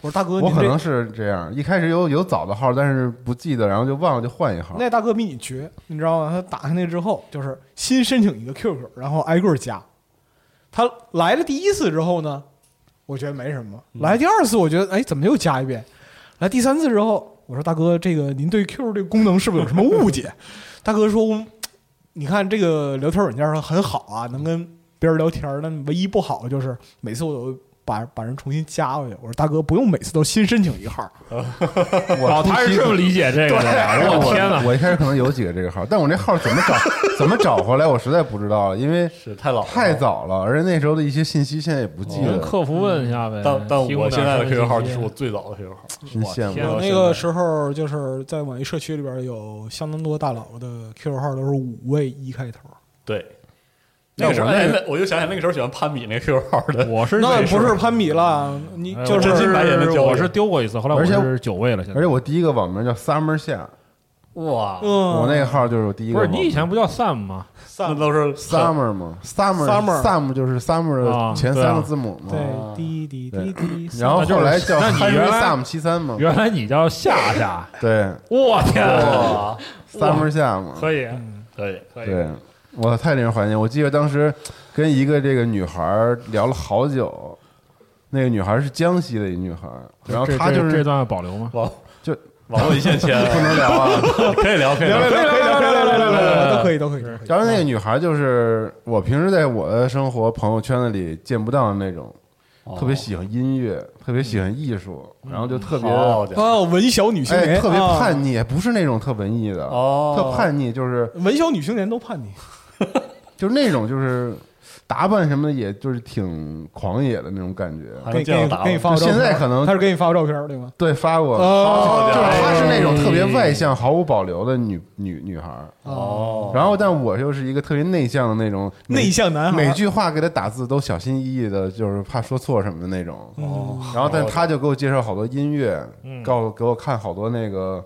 我说大哥，我您可这能是这样，一开始有有早的号，但是不记得，然后就忘了，就换一号。那大哥比你绝，你知道吗？他打开那之后，就是新申请一个 QQ，然后挨个加。他来了第一次之后呢，我觉得没什么；来第二次，我觉得哎，怎么又加一遍？来第三次之后，我说大哥，这个您对 QQ 这个功能是不是有什么误解？ [laughs] 大哥说，嗯你看这个聊天软件上很好啊，能跟别人聊天儿，但唯一不好的就是每次我都。把把人重新加回去，我说大哥，不用每次都新申请一个号，哦，他是这么理解这个的呀。我我天哪！我一开始可能有几个这个号，但我那号怎么找怎么找回来，我实在不知道了，因为是太老了太。早了，而且那时候的一些信息现在也不记跟得。客服问一下呗。啊但但提我供点现在的信息 QQ 号就是我最早的 QQ 号，真哇羡慕天我哪我那个时候就是在网易社区里边有相当多大佬的 QQ 号都是五位一开头，对，那个时候，哎，那我就想起那个时候喜欢攀比那 QQ 号的，我是那位数不是攀比了，你哎就我真是金白银的交易我是丢过一次，后来我而且是九位了。现在而且我第一个网名叫 Summer 夏，哇，嗯，我那个号就是我第一个不号。是你以前不叫 Sam 吗？那都是 summer 嘛 summer Summer sum 就是 summer 啊的前对啊三个字母嘛。对，滴滴滴滴， [laughs] 然后后来叫那你原来 Henry sum 七三嘛，原来你叫夏夏，对我天，哦哇， summer 夏嘛。可以，可以可以，对，我太令人怀念。我记得当时跟一个这个女孩儿聊了好久，那个女孩儿是江西的一女孩儿，然后这她这就是这段保留吗？网就网络一线牵，不能聊啊。 [laughs] 可以聊可以聊，都可以，都可以，都可以。当时那个女孩儿就是我平时在我的生活朋友圈子里见不到的那种，特别喜欢音乐，特别喜欢艺术，然后就特别好家伙哦，文小女青哎年，特别啊叛逆，不是那种特文艺的，哦特叛逆就是文小女青年都叛逆，就是那种就是打扮什么的，也就是挺狂野的那种感觉。还给能这给样你打给你吗发过照片，现在可能他是给你发过照片对吗？对，发过， [laughs] 哦就是她是那种特别哎外向、毫无保留的女女女孩儿，哦，然后但我又是一个特别内向的那种每内向男孩，每句话给她打字都小心翼翼的，就是怕说错什么的那种。哦然后，但她就给我介绍好多音乐，嗯告诉给我看好多那个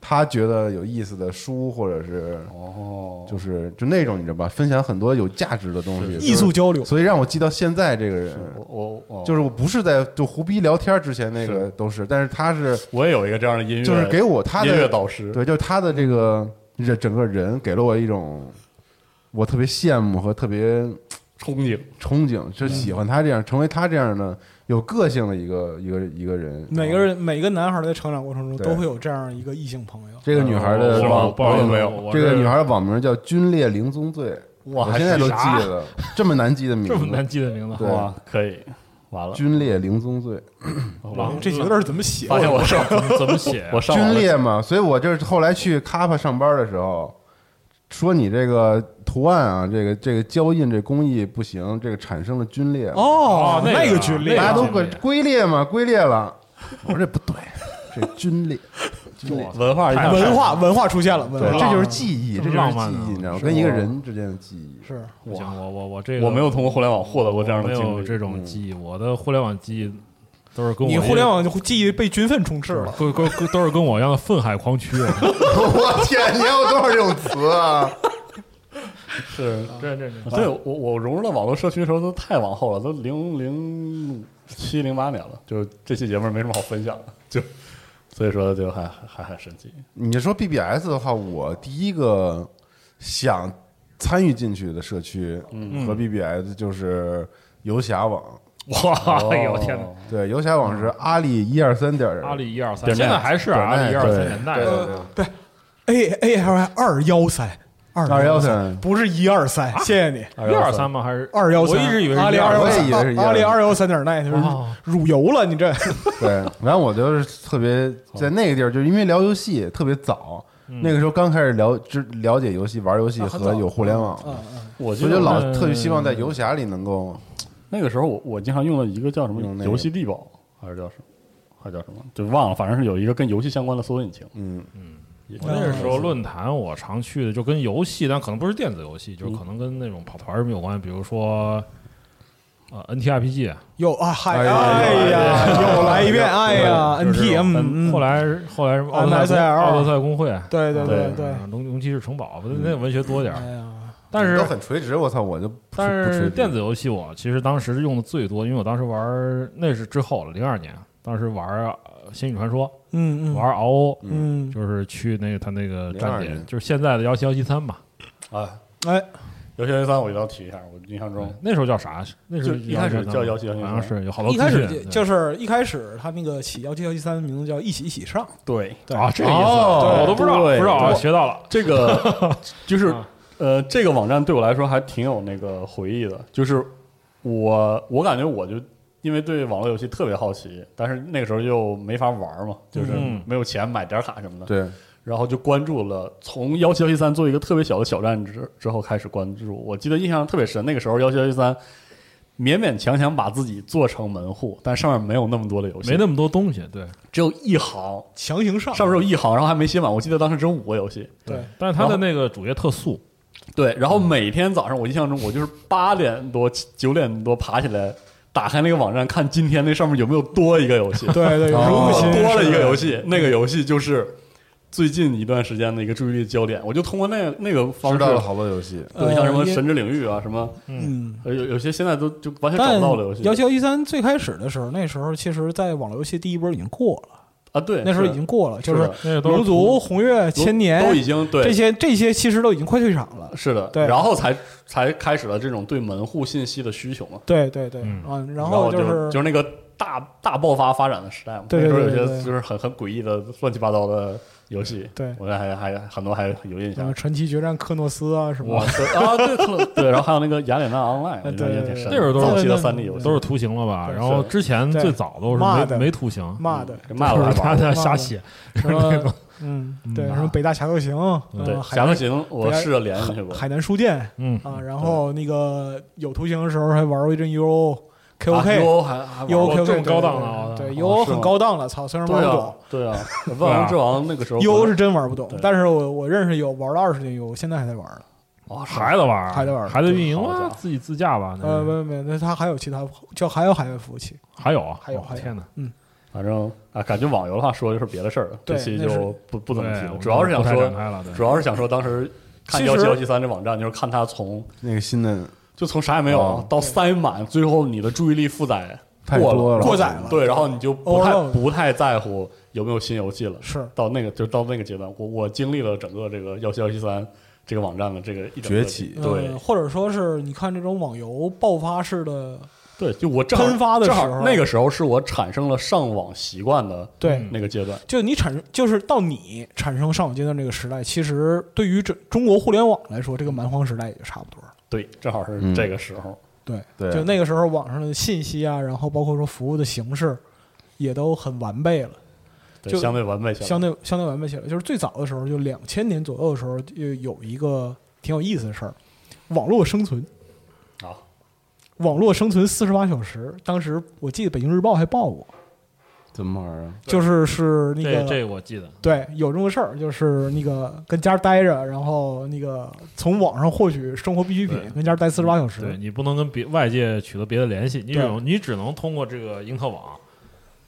她觉得有意思的书，或者是哦，就是就那种你知道吧，分享很多有价值的东西，就是艺术交流，所以让我记到现在这个人，我我就是我不是在就胡逼聊天之前那个是都是，但是他是我也有一个这样的音乐，就是给我他的音乐导师，对，就是他的这个人整个人给了我一种我特别羡慕和特别憧憬，憧憬，嗯就喜欢他这样成为他这样的有个性的一个一个一个人。啊每个人每个男孩在成长过程中对都会有这样一个异性朋友。这个女孩的哦是网嗯吗哦不好意思，没有我这个女孩的网名叫“军烈零宗罪”，哇我现在都记啥得这么难记的名这么难字，记的名字，对哇，可以，完了，军烈零宗罪。我这几 [laughs] 个字儿怎么写？发现我上怎么写？啊我上军网列嘛，所以我就是后来去卡帕上班的时候，说你这个图案啊，这个这个胶印这工艺不行，这个产生了皲裂，哦哦，那个那个剧烈大家那个都皲归裂龟裂嘛，龟裂了。 [laughs] 我说这不对，这皲裂，皲裂，文化一下文化文化出现了，文对，化啊这就是记忆，这啊就这么是浪记漫忆，呢你知道吗？是跟一个吗人之间的记忆。是不行，我我我这个我没有通过互联网获得过这样哦的没经有历，这种记忆，我的互联网记忆都是跟我嗯你互联网记忆被军粪充斥了。跟跟跟都是跟我一样的愤海狂啊驱， [laughs] 我天，你还有多少这种词啊？是这这这啊对我我融入到网络社区的时候都太往后了，都零零七零八年了，就这期节目没什么好分享的，就所以说就还还很神奇。你说 BBS 的话，我第一个想参与进去的社区和 BBS 就是游侠网。 [laughs] 哇！哎呦天哪！哦对，游侠网是阿里一二三点儿阿里一二三，点现在赞还是点阿赞里一二三对年代对的，对对 A A L I 二幺三二213不是一二三，谢谢你。一二三吗？还是二幺三，啊我一直以为是阿里二幺我三也以为是，113阿里二幺三点 net 哦乳油了，你这对，反正我就是特别哦在那个地儿，就是因为聊游戏特别早，嗯那个时候刚开始了知了解游戏、玩游戏和有互联网，嗯我记所以得就老嗯特别希望在游侠里能够那个时候我我经常用的一个叫什么用那个游戏力宝，还是叫什么，还是叫什么，就忘了，反正是有一个跟游戏相关的搜索引擎。嗯也我那时候论坛我常去的就跟游戏，但可能不是电子游戏，嗯就是可能跟那种跑团儿什么有关，比如说呃 NTRPG。又啊嗨，哎呀哎呀，又来一遍，哎呀就是这，NT 种嗯，后来后来什么奥德赛 MSL 奥德赛工会，对对对对对，嗯龙龙骑士城堡，不那文学多点哎儿。呀，但是都很垂直，我操，我就不但不垂是直电子游戏我其实当时用的最多，因为我当时玩儿那是之后了，零二年，当时玩儿呃《星宇传说》，嗯嗯，玩儿 RO，嗯，就是去那个他那个站02点，年就是现在的幺七幺七三嘛。啊，哎，游戏幺三我一定要提一下，我印象中那时候叫啥？那时候就一开始叫1713好像是有好多一开始资讯就就是一开始他那个起幺七幺七三的名字叫一起一起上，对对啊，这个意思哦我都不知道，不对知道啊，对学到了。[laughs] 这个就是啊呃，这个网站对我来说还挺有那个回忆的，就是我我感觉我就因为对网络游戏特别好奇，但是那个时候又没法玩嘛，就是嗯没有钱买点卡什么的，对，然后就关注了，从幺七幺七三做一个特别小的小站之之后开始关注。我记得印象特别深，那个时候幺七幺七三勉勉强强把自己做成门户，但上面没有那么多的游戏，没那么多东西，对只有一行，强行上，上面只有一行，然后还没新版。我记得当时只有五个游戏，对，但是它的那个主页特素，对。然后嗯每天早上，我印象中我就是八点多、九点多爬起来，打开那个网站看今天那上面有没有多一个游戏。对对，哦如我新 [laughs] 多了一个游戏，戏，那个游戏就是最近一段时间的一个注意力焦点。我就通过那那个方知式，道了好多游戏，对，像什么呃《也神之领域》啊，什么嗯，呃有有些现在都就完全找但不到了游戏幺七幺一三最开始的时候，那时候其实，在网络游戏第一波已经过了，啊，对，那时候是已经过了，就是是那的个都龙是族、红月、都千年都已经对这些这些其实都已经快退场了。是的，对然后才才开始了这种对门户信息的需求嘛。对对对，嗯嗯，然然后就就是就是那个大大爆发发展的时代嘛，对那时候对有对对些就是很很诡异的乱七八糟的游戏，对我还还很多还有印什象么。传奇决战科诺斯啊什么哇的，对啊，对克勒对，然后还有那个雅典娜 Online，我觉得对也挺神的。那会儿都是早期的对三 D 游戏，都是图形了吧？对然后是之前对最早都是骂的没没图形，骂的给骂了还他玩过。在瞎写，什么，嗯，对，什么北大侠客行，对嗯， 《海侠客南行》，我试着连进去过。海南书店嗯，啊，然后那个有图形的时候还玩过一阵 UO 啊 KOK。 UO 还还玩过 U O K 这 O 么 K 高档了对我 U O 是吗很高档了，操！虽然玩对不啊懂，对啊，万王之王那个时候 U O 是真玩不懂对，但是我我认识有玩了二十年 U，现在还在玩呢。哦是孩子玩儿，孩子玩儿孩子运营好家吧伙，自己自驾吧，那呃，是没没没，那它还有其他，就还有海外服务器。还有啊还有我还有天哪，反正啊，感觉网游的话说的就是别的事儿了，这对期那是就不不怎么提对了我。主要是想不太展说，开了，对主要是想说当时看其幺实七幺七三这网站，就是看它从那个新的就从啥也没有哦到塞满，最后你的注意力负载太过多了过载了对，然后你就不太 Overload 不太在乎有没有新游戏了。哦是到那个就到那个阶段，我我经历了整个这个幺七幺七三这个网站的这个一整个崛起对呃，或者说是你看这种网游爆发式的，对，就我正好喷发的时正候好那个时候是我产生了上网习惯的对，那个阶段。就你产生，就是到你产生上网阶段这个时代，其实对于这中国互联网来说，这个蛮荒时代也就差不多了。对，正好是嗯这个时候。对，对就那个时候网上的信息啊，然后包括说服务的形式，也都很完备了，对，就相对完美起来，相对相对完备起来。就是最早的时候，就两千年左右的时候，就有一个挺有意思的事儿，网络生存。啊，网络生存四十八小时，当时我记得《北京日报》还报过，怎么玩啊？就是是那这个这个我记得，对，有这么个事儿，就是那个跟家待着，然后那个从网上获取生活必需对品，跟家待四十八小对时。你不能跟别外界取得别的联系，你只对能你只能通过这个英特网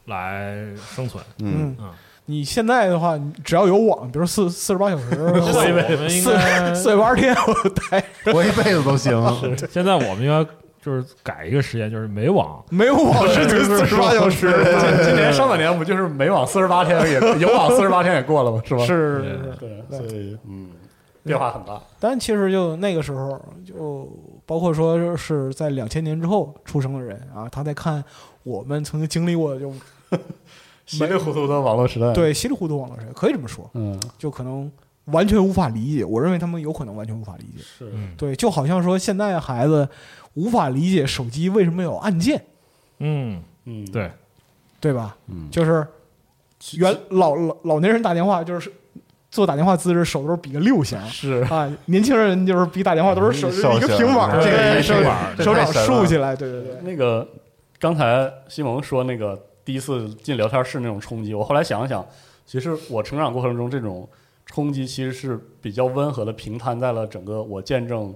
来生存。嗯嗯嗯，你现在的话，你只要有网，比如四四十八小时， [laughs] 现在四我们应该，四十八天我都待着，活嗯一辈子都行。 [laughs] 现在我们应该就是改一个实验，就是没网，没有网是四十八小时。 [laughs] 今今年上半年不就是没网四十八天也有网四十八天也过了吗？是吧？是对是，对，对所以嗯，变化很大。但其实就那个时候，就包括说是在两千年之后出生的人啊，他在看我们曾经经历过的就嗯稀里糊涂的网络时代，，对稀里糊涂网络时代，可以这么说，嗯，就可能完全无法理解。我认为他们有可能完全无法理解。是嗯对，就好像说现在孩子无法理解手机为什么有按键，嗯，嗯，对，对吧？嗯就是原老老老年人打电话就是做打电话姿势，手都是比个六下是啊，年轻人就是比打电话都是手手一个型平板儿，对这个嗯对一手平板儿啊手掌这太神了竖起来，对对对，那个刚才西蒙说那个第一次进聊天室那种冲击，我后来想了想，其实我成长过程中这种冲击其实是比较温和的，平摊在了整个我见证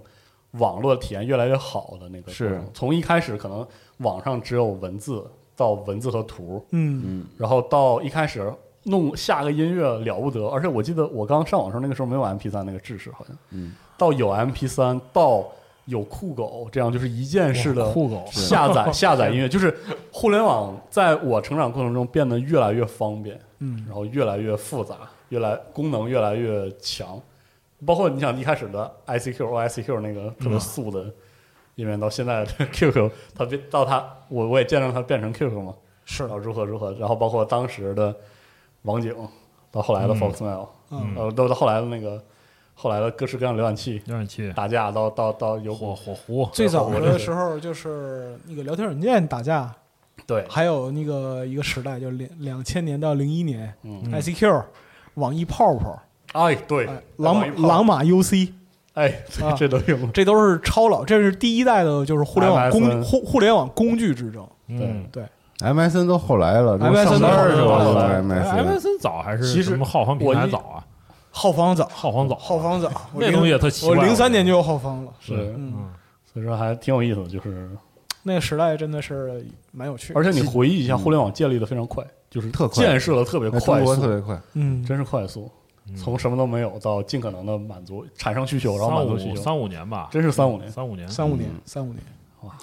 网络体验越来越好的那个过程是从一开始可能网上只有文字到文字和图，嗯然后到一开始弄下个音乐了不得，而且我记得我刚上网的时候，那个时候没有 MP 三那个制式，好像，嗯，到有 MP 三，到有酷狗，这样就是一键式的酷狗下 [laughs] 载下载音乐，就是互联网在我成长过程中变得越来越方便，嗯，然后越来越复杂，越来功能越来越强，包括你想一开始的 ICQ、OICQ 那个嗯特别素的页面，到现在的 QQ，它变到它我我也见证它变成 QQ 嘛，是然后如何如何，然后包括当时的网景，到后来的嗯 Foxmail，嗯呃，到到后来的那个后来的各式各样浏览器浏览器、打架，到到到有火火狐，最早的时候就是那个聊天软件打架，对还有那个一个时代，就两两千年到零一年嗯，ICQ、网易泡泡、哎对哎狼马网易泡狼马 UC。哎啊这这都用过，这都是超老，这是第一代的，就是互联网 MSN 工互互联网工具之争。嗯。对， MSN 都后来了，我 MSN 上班的时候都后都来是了哎哎 MSN， MSN 早还是其实什么浩方平我台一早啊？浩方早，浩方早，浩方早，我 [laughs] 那零东西也特奇我怪。零三年就有浩方了，是嗯，所以说还挺有意思的，就是那个时代真的是蛮有趣的。而且你回忆一下，互联网建立的非常快，就是特快哎建设的特别那中快国特速，别快，嗯，真是快速。从什么都没有到尽可能的满足，产生需求，然后三满足需五求，三五年吧，真是三五年。三五年，三五年，三五年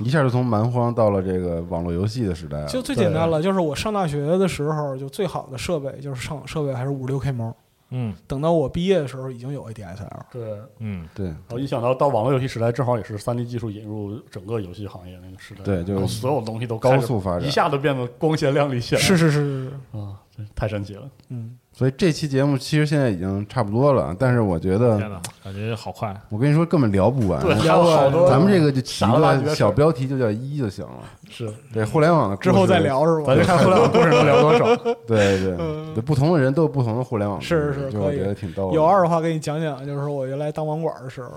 一下就从蛮荒到了这个网络游戏的时代了。就最简单了，就是我上大学的时候，就最好的设备就是上网设备还是五六 K 猫，嗯等到我毕业的时候已经有 ADSL 了。对，然嗯，对后一想到到网络游戏时代，正好也是三 D 技术引入整个游戏行业那个时代，对就是然后所有东西都高开始速发展一下都变得光鲜亮丽起来。是是是是，是啊，真是太神奇了。嗯，所以这期节目其实现在已经差不多了，但是我觉天得，哪，感觉好快，我跟你说根本聊不完。啊对，还有好多嗯咱们这个就起傻一了吧唧的事个儿小标题，就叫一就行了。是，对，互联网的故事嗯之后再。聊是吧？嗯咱就看互联网故事能聊多少。对对对，不同的人都有不同的互联网故事，是是就我可以觉得挺逗的。 [laughs] 有二的话，给你讲讲，就是我原来当网管的时候，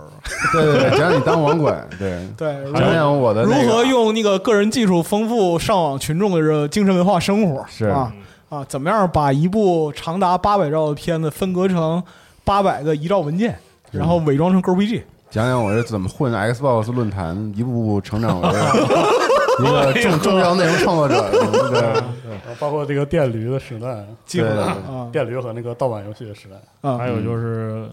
对对对，讲讲你当网管， [laughs] 对，对，如讲讲我的如那个何用那个个人技术丰富上网群众的精神文化生活，是啊啊，怎么样把一部长达八百兆的片子分割成八百个一兆文件，然后伪装成 GPG，讲讲我是怎么混 Xbox 论坛，一步步成长为一 [laughs] 个重重要内容创作者。对然后包括这个电驴的时代，记住对了对啊电驴和那个盗版游戏的时代，啊 [laughs] 还有就是。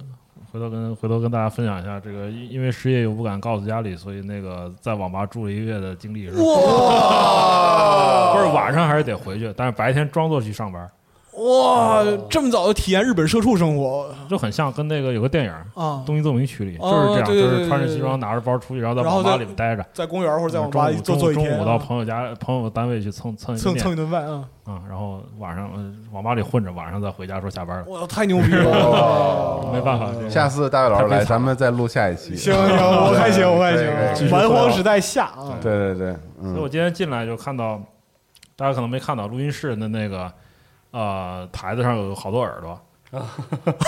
回头跟回头跟大家分享一下这个，因因为失业又不敢告诉家里，所以那个在网吧住了一个月的经历是，不是晚上还是得回去，但是白天装作去上班，哇，这么早就体验日本社畜生活就很像跟那个有个电影啊，《东京奏鸣曲》里就哦是这样，对对就对是穿着对对西装拿着包出去，然后在然后网吧在里面待着，在公园或者在网吧嗯中午坐坐一天中啊，午到朋友家、朋友单位去蹭蹭一蹭面蹭一顿饭啊，啊，然后晚上呃网吧里混着，晚上再回家说下班了，哇，太牛逼了！没办哦法，对，这嗯下次大卫老师太悲来，惨了咱们再录下一期。行行，我还行，我还行，蛮荒时代下啊，对对对，所以嗯，我今天进来就看到，大家可能没看到录音室的那个呃台子上有好多耳朵。哦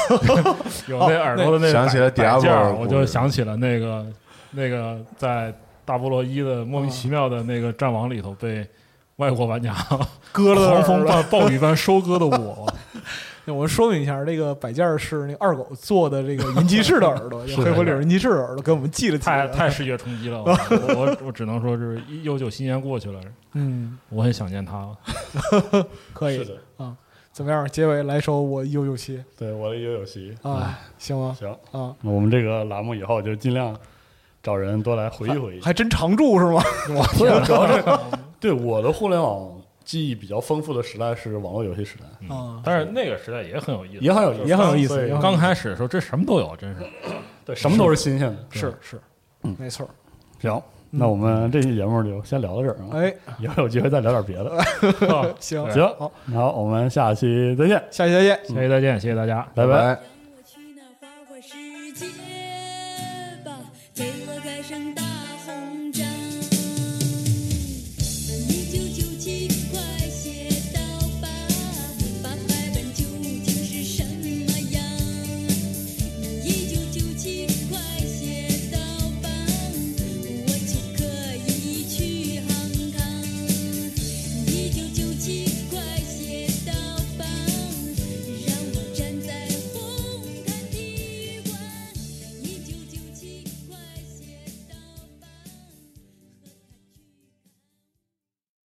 [laughs] 有那耳朵的那哦想起了摆摆件 Diablo 的儿，故事我就想起了那个那个在大菠萝一的莫名其妙的那个战网里头被外国玩家 [laughs] 割了狂耳风朵。般暴雨般收割的我， [laughs] 那我说明一下，这个摆件儿是那个二狗做的这个银骑士的耳 [laughs] 朵，就黑火领银骑士的耳朵，给我们寄了几太啊个太视觉冲击了。我我我只能说是一九九七年过去了，嗯，我很想念他。啊可是以的，啊。怎么样？结尾来首我一九九七对我的也有戏。啊，嗯行吗？行，啊，我们这个栏目以后就尽量找人多来回忆回忆。还真常驻是吗？对，主要是对我的互联网记忆比较丰富的时代是网络游戏时代，啊，但是那个时代也很有意思，也很有意思，也很有意思对也很有意思刚开始的时候，这什么都有，真是。 [laughs] 对，什么都是新鲜的。 [laughs] 是是，没错儿。对行，那我们这期节目就先聊到这儿啊，哎，以后有机会再聊点别 [laughs] 的。是吧行，行，好，我们下期再见，下期再见。下期再见，谢谢大家。拜拜。